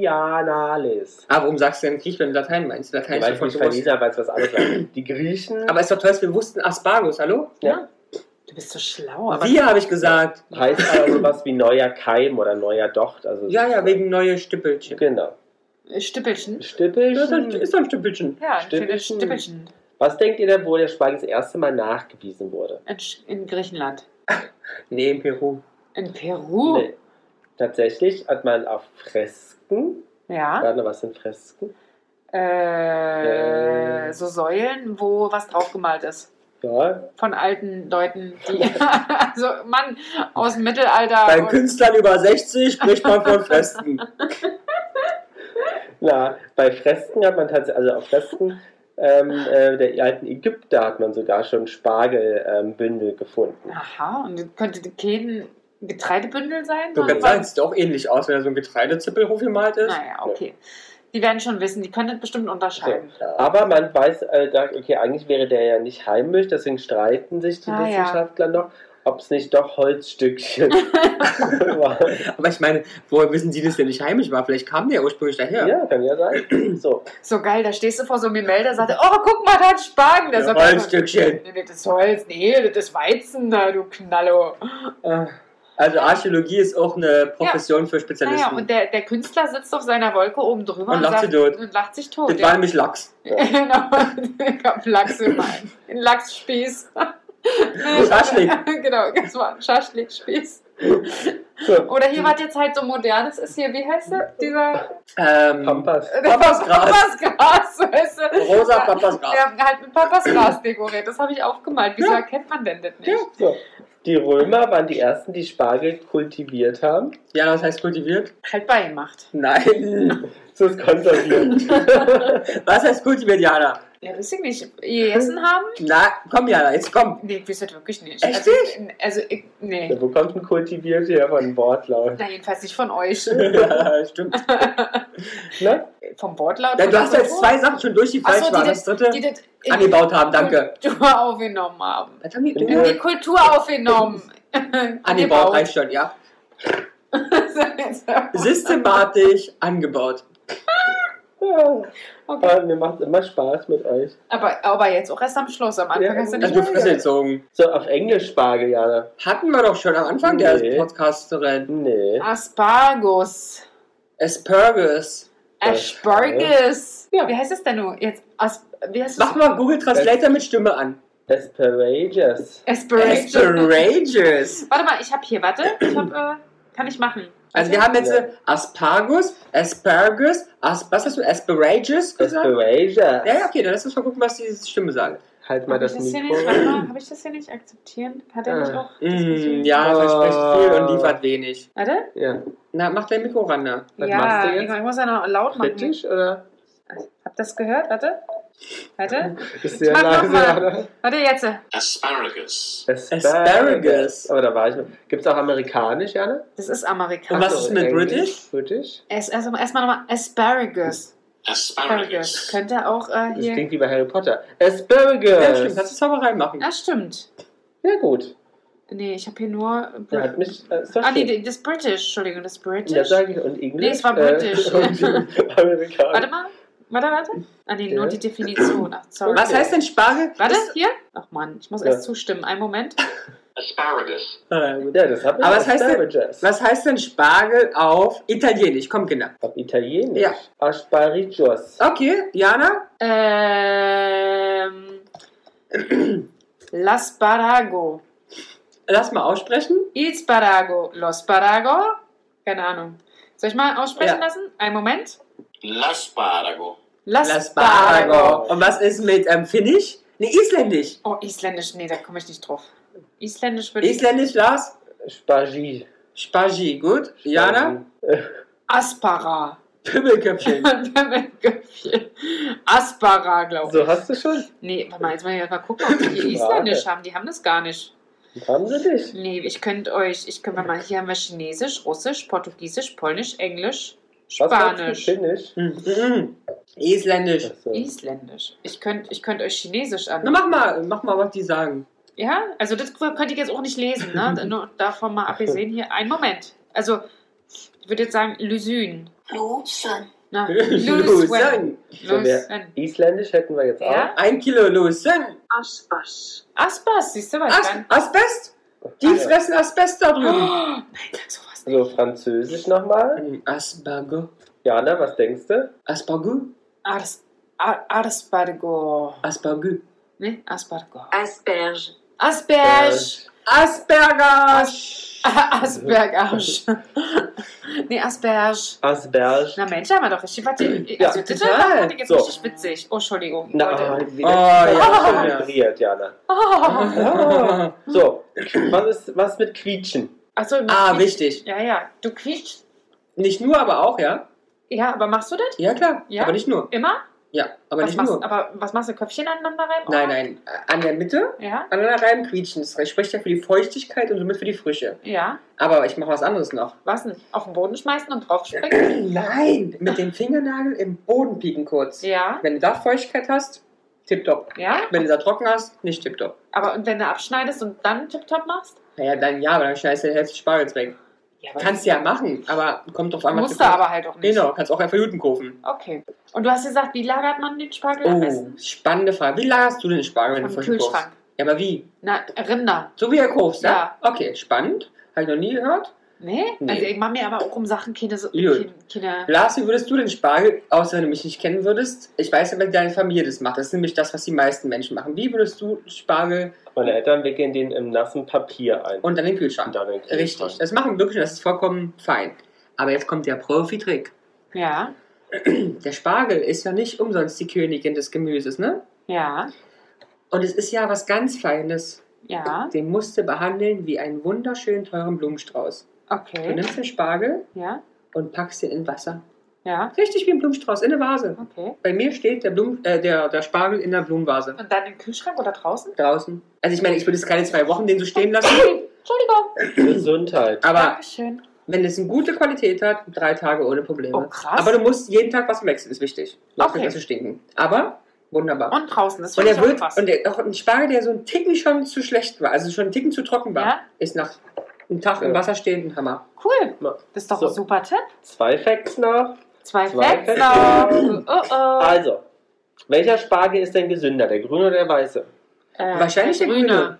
officinalis.
Ah, warum sagst du denn Griech, wenn du Latein meinst? Latein ist
Weil ich
doch
mich
von sowas.
verlieser, weil es was anderes war. Die Griechen
Aber ist doch toll, wir wussten Aspargus, hallo?
ja,
Du bist so
Oh,
schlau. Aber
Wir, habe ich gesagt.
heißt aber sowas wie neuer Keim oder neuer Docht. Also
Ja, ja, wegen neue Stüppelchen.
Genau.
Äh, Stippelchen.
Das ist doch-
Stippelchen.
ist doch ein Stüppelchen.
Ja, ein schönes
Stippelchen.
Stippelchen.
Was denkt ihr denn, wo der Spargel das erste Mal nachgewiesen wurde?
In, Sch- in Griechenland.
Nee, in Peru.
In
Uh.
Peru.
Nee. Tatsächlich hat man auf Fresken,
Ah.
Ja.
warte, was sind Fresken?
Äh,
Äh.
so Säulen, wo was draufgemalt ist.
Ja,
von alten Leuten, die also Mann aus dem Mittelalter.
Bei
und-
Künstlern über 60 spricht man von Festen.
Na, bei Fresken hat man tatsächlich, also auf Fresken ähm, äh, der alten Ägypter hat man sogar schon Spargelbündel ähm, gefunden.
Aha, und das könnte kein Getreidebündel sein?
Du
sondern-
kannst sagen, sieht auch ähnlich aus, wenn da so ein Getreidezippel hochgemalt ist.
Naja, okay. Die werden schon wissen, die können das bestimmt unterscheiden.
Aber man weiß, äh, da- okay, eigentlich wäre der ja nicht heimisch, deswegen streiten sich die
Ah, ja.
Wissenschaftler noch, ob es nicht doch Holzstückchen waren.
Aber ich meine, woher wissen Sie, dass der nicht heimisch war? Vielleicht kam der ursprünglich daher.
Ja. kann ja sein. So,
So geil, da stehst du vor so einem Gemälde, sagt er, oh, guck mal, da hat Spargen. Der
Ja,
sagt,
Holzstückchen.
Nee, das ist Holz, nee, das ist Weizen, da, du Knallo.
Äh, Also Archäologie ist auch eine Profession für
Naja,
Spezialisten.
und der, der Künstler sitzt auf seiner Wolke oben drüber
Und lacht
sagt,
sie tot.
und lacht sich tot.
das war nämlich Lachs.
Genau, ich hab Lachs im Main. Ein Lachsspieß. Nee,
Schaschlik.
genau, das war ein Schaschlikspieß.
So.
Oder hier, was jetzt halt so modernes ist hier, wie heißt der? Dieser
Ähm,
Kompass.
Papasgras.
Papasgras, weißt du?
Rosa
Ja,
Papasgras.
Wir haben halt mit Papasgras dekoriert, das habe ich aufgemalt. Wieso
Ja.
erkennt man denn das nicht?
Ja.
So. Die Römer waren die ersten, die Spargel kultiviert haben.
Ja, was heißt kultiviert?
Halt beigemacht.
Nein.
So ist konserviert.
Was heißt kultiviert, Jana?
Ja, weiß ich nicht. Gegessen haben?
Na, komm, Jana, jetzt komm.
Nee, ich weiß das wirklich nicht.
Äh. Echt
also, ich- also ich, nee.
ja, wo kommt ein kultiviert her von Wortlaut?
Na, jedenfalls nicht von euch.
Ja, Stimmt.
Ne?
Vom Wortlaut.
Ja,
von
du hast jetzt zwei Sachen schon durch, die
Ach so,
falsch
die
waren. Das
das-
dritte
die das in die
angebaut haben, danke.
Kultur aufgenommen haben.
Was haben die
In-
In
denn?
die Kultur aufgenommen.
Angebaut reicht schon, ja. Systematisch angebaut.
Ja.
okay.
Aber mir macht immer Spaß mit euch.
aber, aber jetzt auch erst am Schluss. Am Anfang
Ja,
hast du nicht
Also du
mehr
Fresse gezogen.
So, auf Englisch Spargel, Jana.
Hatten wir doch schon am Anfang
Nee.
der Podcasterin.
Nee.
Ah.
Aspargus.
Aspergus.
Aspargus.
Ja.
Wie heißt das denn nun? Jetzt As wie heißt
Mach
das?
mal Google Translator mit Stimme an.
Asparagus.
Asparagus.
Asparagus.
Warte mal, ich habe hier, warte. Ich hab, äh, kann ich machen.
Also wir haben jetzt äh, Aspargus, Aspergus, As was hast du, Asparagus gesagt?
Asparagus.
Ja, ja, okay, dann lass uns mal gucken, was die Stimme sagt.
Halt mal
Habe ich
das
das hier
Mikro.
nicht? Warte mal, habe ich das hier nicht akzeptieren? Hat er nicht
Ah.
auch? das
Mm,
Mikrofon?
ja,
Oh.
verspricht viel und liefert wenig.
Warte?
Ja.
Na, mach dein Mikro ran da.
Was
ja,
machst du jetzt?
Igor, ich muss ja noch laut machen.
Kritisch oder?
Habt das gehört? Warte. Warte.
Ist sehr
Mach noch
leise,
mal.
Jana.
Warte jetzt.
Asparagus.
Asparagus.
Aber da war ich mal. Gibt es auch amerikanisch, Jana?
Das ist
Und
amerikanisch.
was ist mit British?
British?
Es, also erstmal nochmal Asparagus. Asparagus.
Asparagus.
Könnte auch äh,
Das
hier.
klingt wie bei Harry Potter. Asparagus.
Ja, stimmt, kannst du Zauberei machen.
Ah, stimmt.
Sehr gut.
Nee, ich habe hier nur.
Der hat mich. Äh, ist doch
ah,
schön.
nee, das ist British. Entschuldigung, das ist British.
ja, sag ich. Und Englisch.
Nee, es war British.
Äh, und
warte
Amerikanisch.
mal. Warte, warte. Ah, nee, nur
Ja.
die Definition. Ach, sorry.
Was heißt denn Spargel?
Warte, hier? Ach Mann, ich muss
Ja.
erst zustimmen. Einen Moment.
Asparagus.
Äh,
Ja, das hat
Aber was heißt denn-
Asparagus.
Was heißt denn Spargel auf Italienisch? Komm, Kinder.
Auf Italienisch.
Ja. Ah.
Asparagus.
Okay, Jana?
Ähm. L'asparago.
Lass mal aussprechen.
Il sparago. Lo sparago. Keine Ahnung. Soll ich mal aussprechen
Ja.
lassen? Einen Moment.
L'asparago.
L'asparago.
L'asparago. Und was ist mit ähm, Finnisch? Nee, Isländisch.
Oh, isländisch. Nee, da komme ich nicht drauf. Isländisch würde ich...
Isländisch, Lars?
Spargi.
Spargi, gut. Jana?
Aspara.
Pimmelköpfchen.
Aspara, glaube ich.
So hast du schon?
Nee, warte mal, jetzt mal, jetzt mal gucken, ob die hier isländisch haben. Die haben das gar nicht.
Haben sie dich?
Nee, ich könnte euch... Ich könnte mal... Hier haben wir Chinesisch, Russisch, Portugiesisch, Polnisch, Englisch, Spanisch.
Finnisch.
Hm, hm, hm. Isländisch.
Achso.
Isländisch. Ich könnte ich könnt euch Chinesisch an.
Na, mach mal, mach mal, was die sagen.
Ja, also das könnte ich jetzt auch nicht lesen, ne? Nur davon mal abgesehen hier. Einen Moment. Also, ich würde jetzt sagen, ne? Lüsün.
Luzern,
Na, Lüsün.
Lucen.
So, wer-
Lüsün.
Isländisch hätten wir jetzt
Ja?
Ein Kilo Lucen.
Aspas,
Aspas, siehst du was?
As
dann?
Asbest. Die fressen Asbest da drüben.
Oh, nein, sag sowas
auch.
nicht.
So, Also Französisch nochmal.
Ah. Aspargo.
Jana, was denkst du?
Aspargo.
Ars, Ar, Arspargo.
Aspargo.
Ne? Aspargo.
Asperge,
Äh,
Asperg.
Asperger.
Aspergarsch. ne, Asperg.
Asperge.
Na Mensch, haben wir doch richtig was.
Ja,
Also, das
total.
fand ich jetzt
So.
richtig witzig. Oh, Entschuldigung. Leute.
ah, wie
Oh,
das-
ja.
das vibriert, Jana.
Oh.
Ah. So, was ist was mit Quietschen?
Achso,
Ah, wichtig.
Ja, ja. Du quietschst.
Nicht nur, aber auch, ja?
Ja, aber machst du das
Ja, klar.
Ja?
Aber nicht nur.
immer?
Ja, aber
was
nicht
machst,
nur.
Aber was machst du? Köpfchen aneinander rein?
Nein, nein. Äh, An der Mitte,
Ja,
an der Reiben quietschen. Das spricht ja für die Feuchtigkeit und somit für die Frische.
ja.
Aber ich mache was anderes noch.
Was denn? Auf den Boden schmeißen und draufspringen?
Nein! Mit dem Fingernagel im Boden pieken kurz.
ja,
Wenn du da Feuchtigkeit hast, tipptopp.
ja.
Wenn du da trocken hast, nicht tipptopp.
Aber und wenn du abschneidest und dann Tip-Top machst?
Naja, dann ja, aber dann schneidest du die Hälfte des Spargels weg.
Ja,
Kannst ja machen, aber kommt drauf an,
Musst du aber halt auch nicht.
Genau, kannst auch einfach Juden kaufen.
Okay. Und du hast gesagt, wie lagert man den Spargel am
Oh,
besten?
spannende Frage. Wie lagerst du den Spargel, wenn
Im
du frischen kaufst?
Kühlschrank.
Ja, aber wie?
Na, Rinder.
So wie er kaufst, ne? ja?
Ja.
Okay, spannend. Habe ich noch nie gehört.
Nee?
Nee.
Also ich mache mir aber auch um Sachen keine... so-
Gut.
keine, keine
Lars, wie würdest du den Spargel, außer wenn du mich nicht kennen würdest? Ich weiß aber, deine Familie das macht. Das ist nämlich das, was die meisten Menschen machen. Wie würdest du Spargel
Meine Eltern wickeln den im nassen Papier ein.
unter den Kühlschrank?
dann in den
Richtig.
Kühlschrank.
Das machen wirklich, das ist vollkommen fein. Aber jetzt kommt der Profi-Trick.
ja,
Der Spargel ist ja nicht umsonst die Königin des Gemüses, ne?
ja,
Und es ist ja was ganz Feines.
ja,
Den musst du behandeln wie einen wunderschönen teuren Blumenstrauß. Du
okay,
nimmst den Spargel
ja,
und packst ihn in Wasser.
ja,
Richtig wie ein Blumenstrauß, in eine Vase.
okay.
Bei mir steht der, Blumen, äh, der, der Spargel in der Blumenvase.
Und dann im Kühlschrank oder draußen?
Draußen. Also ich meine, ich würde es keine zwei Wochen den so stehen lassen.
Entschuldigung.
Gesundheit.
Aber
Dankeschön.
wenn es eine gute Qualität hat, drei Tage ohne Probleme.
Oh, krass.
Aber du musst jeden Tag was wechseln, ist wichtig. Lass
Okay.
okay. das so stinken. Aber wunderbar.
Und draußen, das
Und
finde ich
der
auch
wird,
krass.
und der, auch ein Spargel, der so ein Ticken schon zu schlecht war, also schon ein Ticken zu trocken war,
Ja?
ist nach einem Tag im
Ja.
Wasser stehen ein Hammer.
Cool, das ist doch
So.
ein super Tipp.
Zwei Facts noch.
Zwei
Zwei
Facts
Facts.
noch.
Ah,
Oh, oh.
Also, welcher Spargel ist denn gesünder, der grüne oder der weiße?
Äh,
Wahrscheinlich der grüne.
Grüne.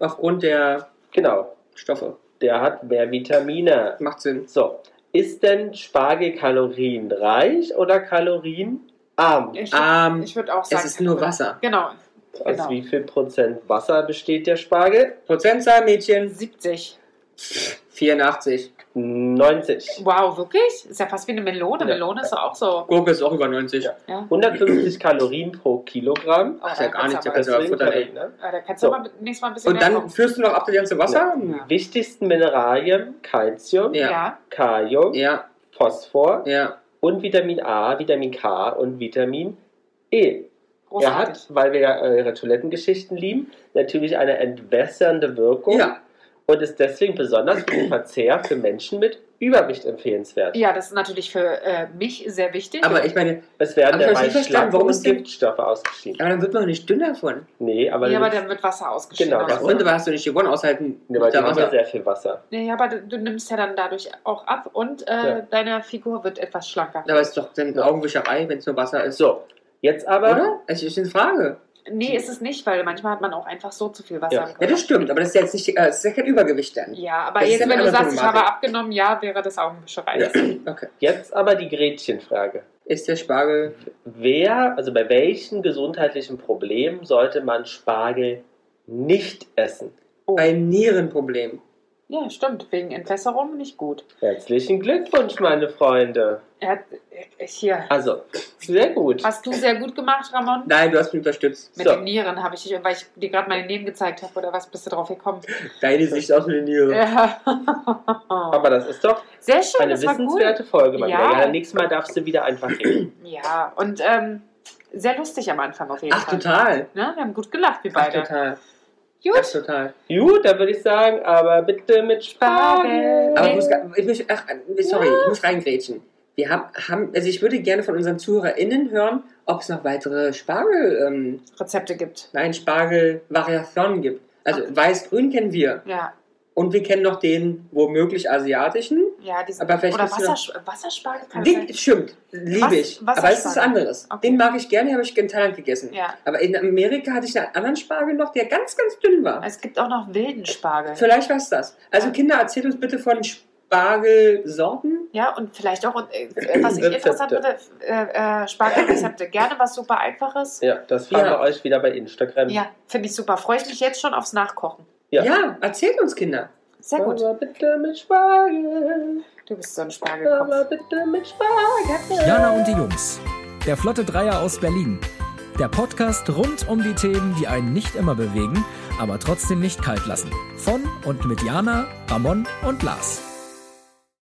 Aufgrund der
Genau,
Stoffe.
der hat mehr Vitamine.
Macht Sinn.
So, ist denn Spargel kalorienreich oder kalorienarm?
Ich,
Ähm,
ich würde auch sagen.
es ist nur
grün.
Wasser.
Genau, genau.
Aus wie viel Prozent Wasser besteht der Spargel?
Prozentzahl, Mädchen,
70.
84.
90.
Wow, wirklich? Ist ja fast wie eine Melone.
Ja.
Melone ist doch auch so.
Gurke ist auch über 90.
Ja.
Ja.
150 Kalorien pro Kilogramm.
Oh,
Ist ja
da
gar
kannst
nicht
du aber-
Also,
Deswegen
Futter-
verrät, ne?
äh, Da kannst du
So.
mal mit- nächstes Mal ein bisschen
Und
mehr
dann
kochen.
führst du noch ab das ganze Wasser?
Ja.
Wichtigsten Mineralien: Calcium,
Ja.
Ja.
Kalium,
Ja,
Phosphor
ja.
und Vitamin A, Vitamin K und Vitamin E. Er
Großartig.
hat, weil wir ja eure Toilettengeschichten lieben, natürlich eine entwässernde Wirkung
Ja.
und ist deswegen besonders für den Verzehr für Menschen mit Übergewicht empfehlenswert.
Ja, das ist natürlich für äh, mich sehr wichtig.
Aber ich meine,
Es werden
Aber ich
dabei
hab's nicht verstanden,
Schlacken
warum
und
ist denn-
Giftstoffe ausgeschieden.
aber dann wird man doch nicht dünn davon.
Nee, aber,
ja, aber
das-
dann wird Wasser ausgeschieden.
Genau,
oder
Das
Wasser.
so.
Runde hast du nicht gewonnen, außer halt ein
nee, weil die
Liter
haben ja
Wasser.
sehr viel Wasser.
Ja, aber du, du nimmst ja dann dadurch auch ab und äh,
Ja.
deine Figur wird etwas schlanker.
Aber es ist doch dann Augenwischerei, wenn es nur Wasser ist.
So, jetzt aber
Oder? Es ist eine Frage.
Nee, ist es nicht, weil manchmal hat man auch einfach so zu viel Wasser.
Ja.
im Körper.
Ja, das stimmt, aber das ist ja jetzt nicht, äh, das ist ja kein Übergewicht dann.
Ja, aber
Das ist
jetzt,
eine
wenn du
andere
sagst, ich
Problematik.
habe abgenommen, ja, wäre das Augenwischerei.
Ja. Okay.
jetzt aber die Gretchenfrage.
Ist der Spargel
Wer, also bei welchen gesundheitlichen Problemen sollte man Spargel nicht essen?
Oh.
ein Nierenproblem?
Ja, stimmt. Wegen Entwässerung nicht gut.
Herzlichen Glückwunsch, meine Freunde.
Er hat, äh, hier.
Also, sehr gut.
Hast du sehr gut gemacht, Ramon?
Nein, du hast mich unterstützt.
Mit
So.
den Nieren habe ich dich, weil ich dir gerade meine Nieren gezeigt habe oder was, bist du drauf gekommen?
Deine Sicht aus mit den Nieren.
Ja.
Aber das ist doch
Sehr schön,
eine
das war gut.
wissenswerte Folge, mein
Ja.
ja. Lieber. Nächstes Mal darfst du wieder einfach reden.
Ja, und ähm, sehr lustig am Anfang auf jeden
Ach,
Fall.
total.
Na, wir haben gut gelacht, wir
Ach,
beide.
total. Ach,
Gut.
total.
Gut, dann würde ich sagen, aber bitte mit Spargel.
Aber
Nee.
ich muss, ga- ich muss, ach, sorry, ich muss reingrätschen. Wir haben, haben, also ich würde gerne von unseren ZuhörerInnen hören, ob es noch weitere Spargel, ähm,
Rezepte gibt.
nein, Spargel-Variationen gibt. Also weiß-grün kennen wir.
Ja,
Und wir kennen noch den womöglich asiatischen.
ja, diesen.
Aber vielleicht
oder
bist du
Wassersch Wasserspargel kann
Den,
sein.
stimmt, liebe ich.
Was-
aber es ist was
Wasserspargel.
anderes.
Okay.
Den mag ich gerne, habe ich in Thailand gegessen.
Ja.
Aber in Amerika hatte ich einen anderen Spargel noch, der ganz, ganz dünn war.
Es gibt auch noch wilden Spargel.
Vielleicht war es das. Also
Ja.
Kinder, erzählt uns bitte von Spargelsorten.
Ja, und vielleicht auch, äh, was ich
Rezepte.
interessant finde, äh, äh, Spargelrezepte. Gerne was super Einfaches.
Ja, das fragen
Ja.
wir euch wieder bei Instagram.
Ja, finde ich super. Freue ich mich jetzt schon aufs Nachkochen.
Ja.
Ja.
erzählt uns Kinder.
Sehr gut.
Aber bitte mit Spargel.
Du bist so ein
Aber
Spargelkopf.
bitte mit Spargel.
Jana und die Jungs. Der Flotte Dreier aus Berlin. Der Podcast rund um die Themen, die einen nicht immer bewegen, aber trotzdem nicht kalt lassen. Von und mit Jana, Ramon und Lars.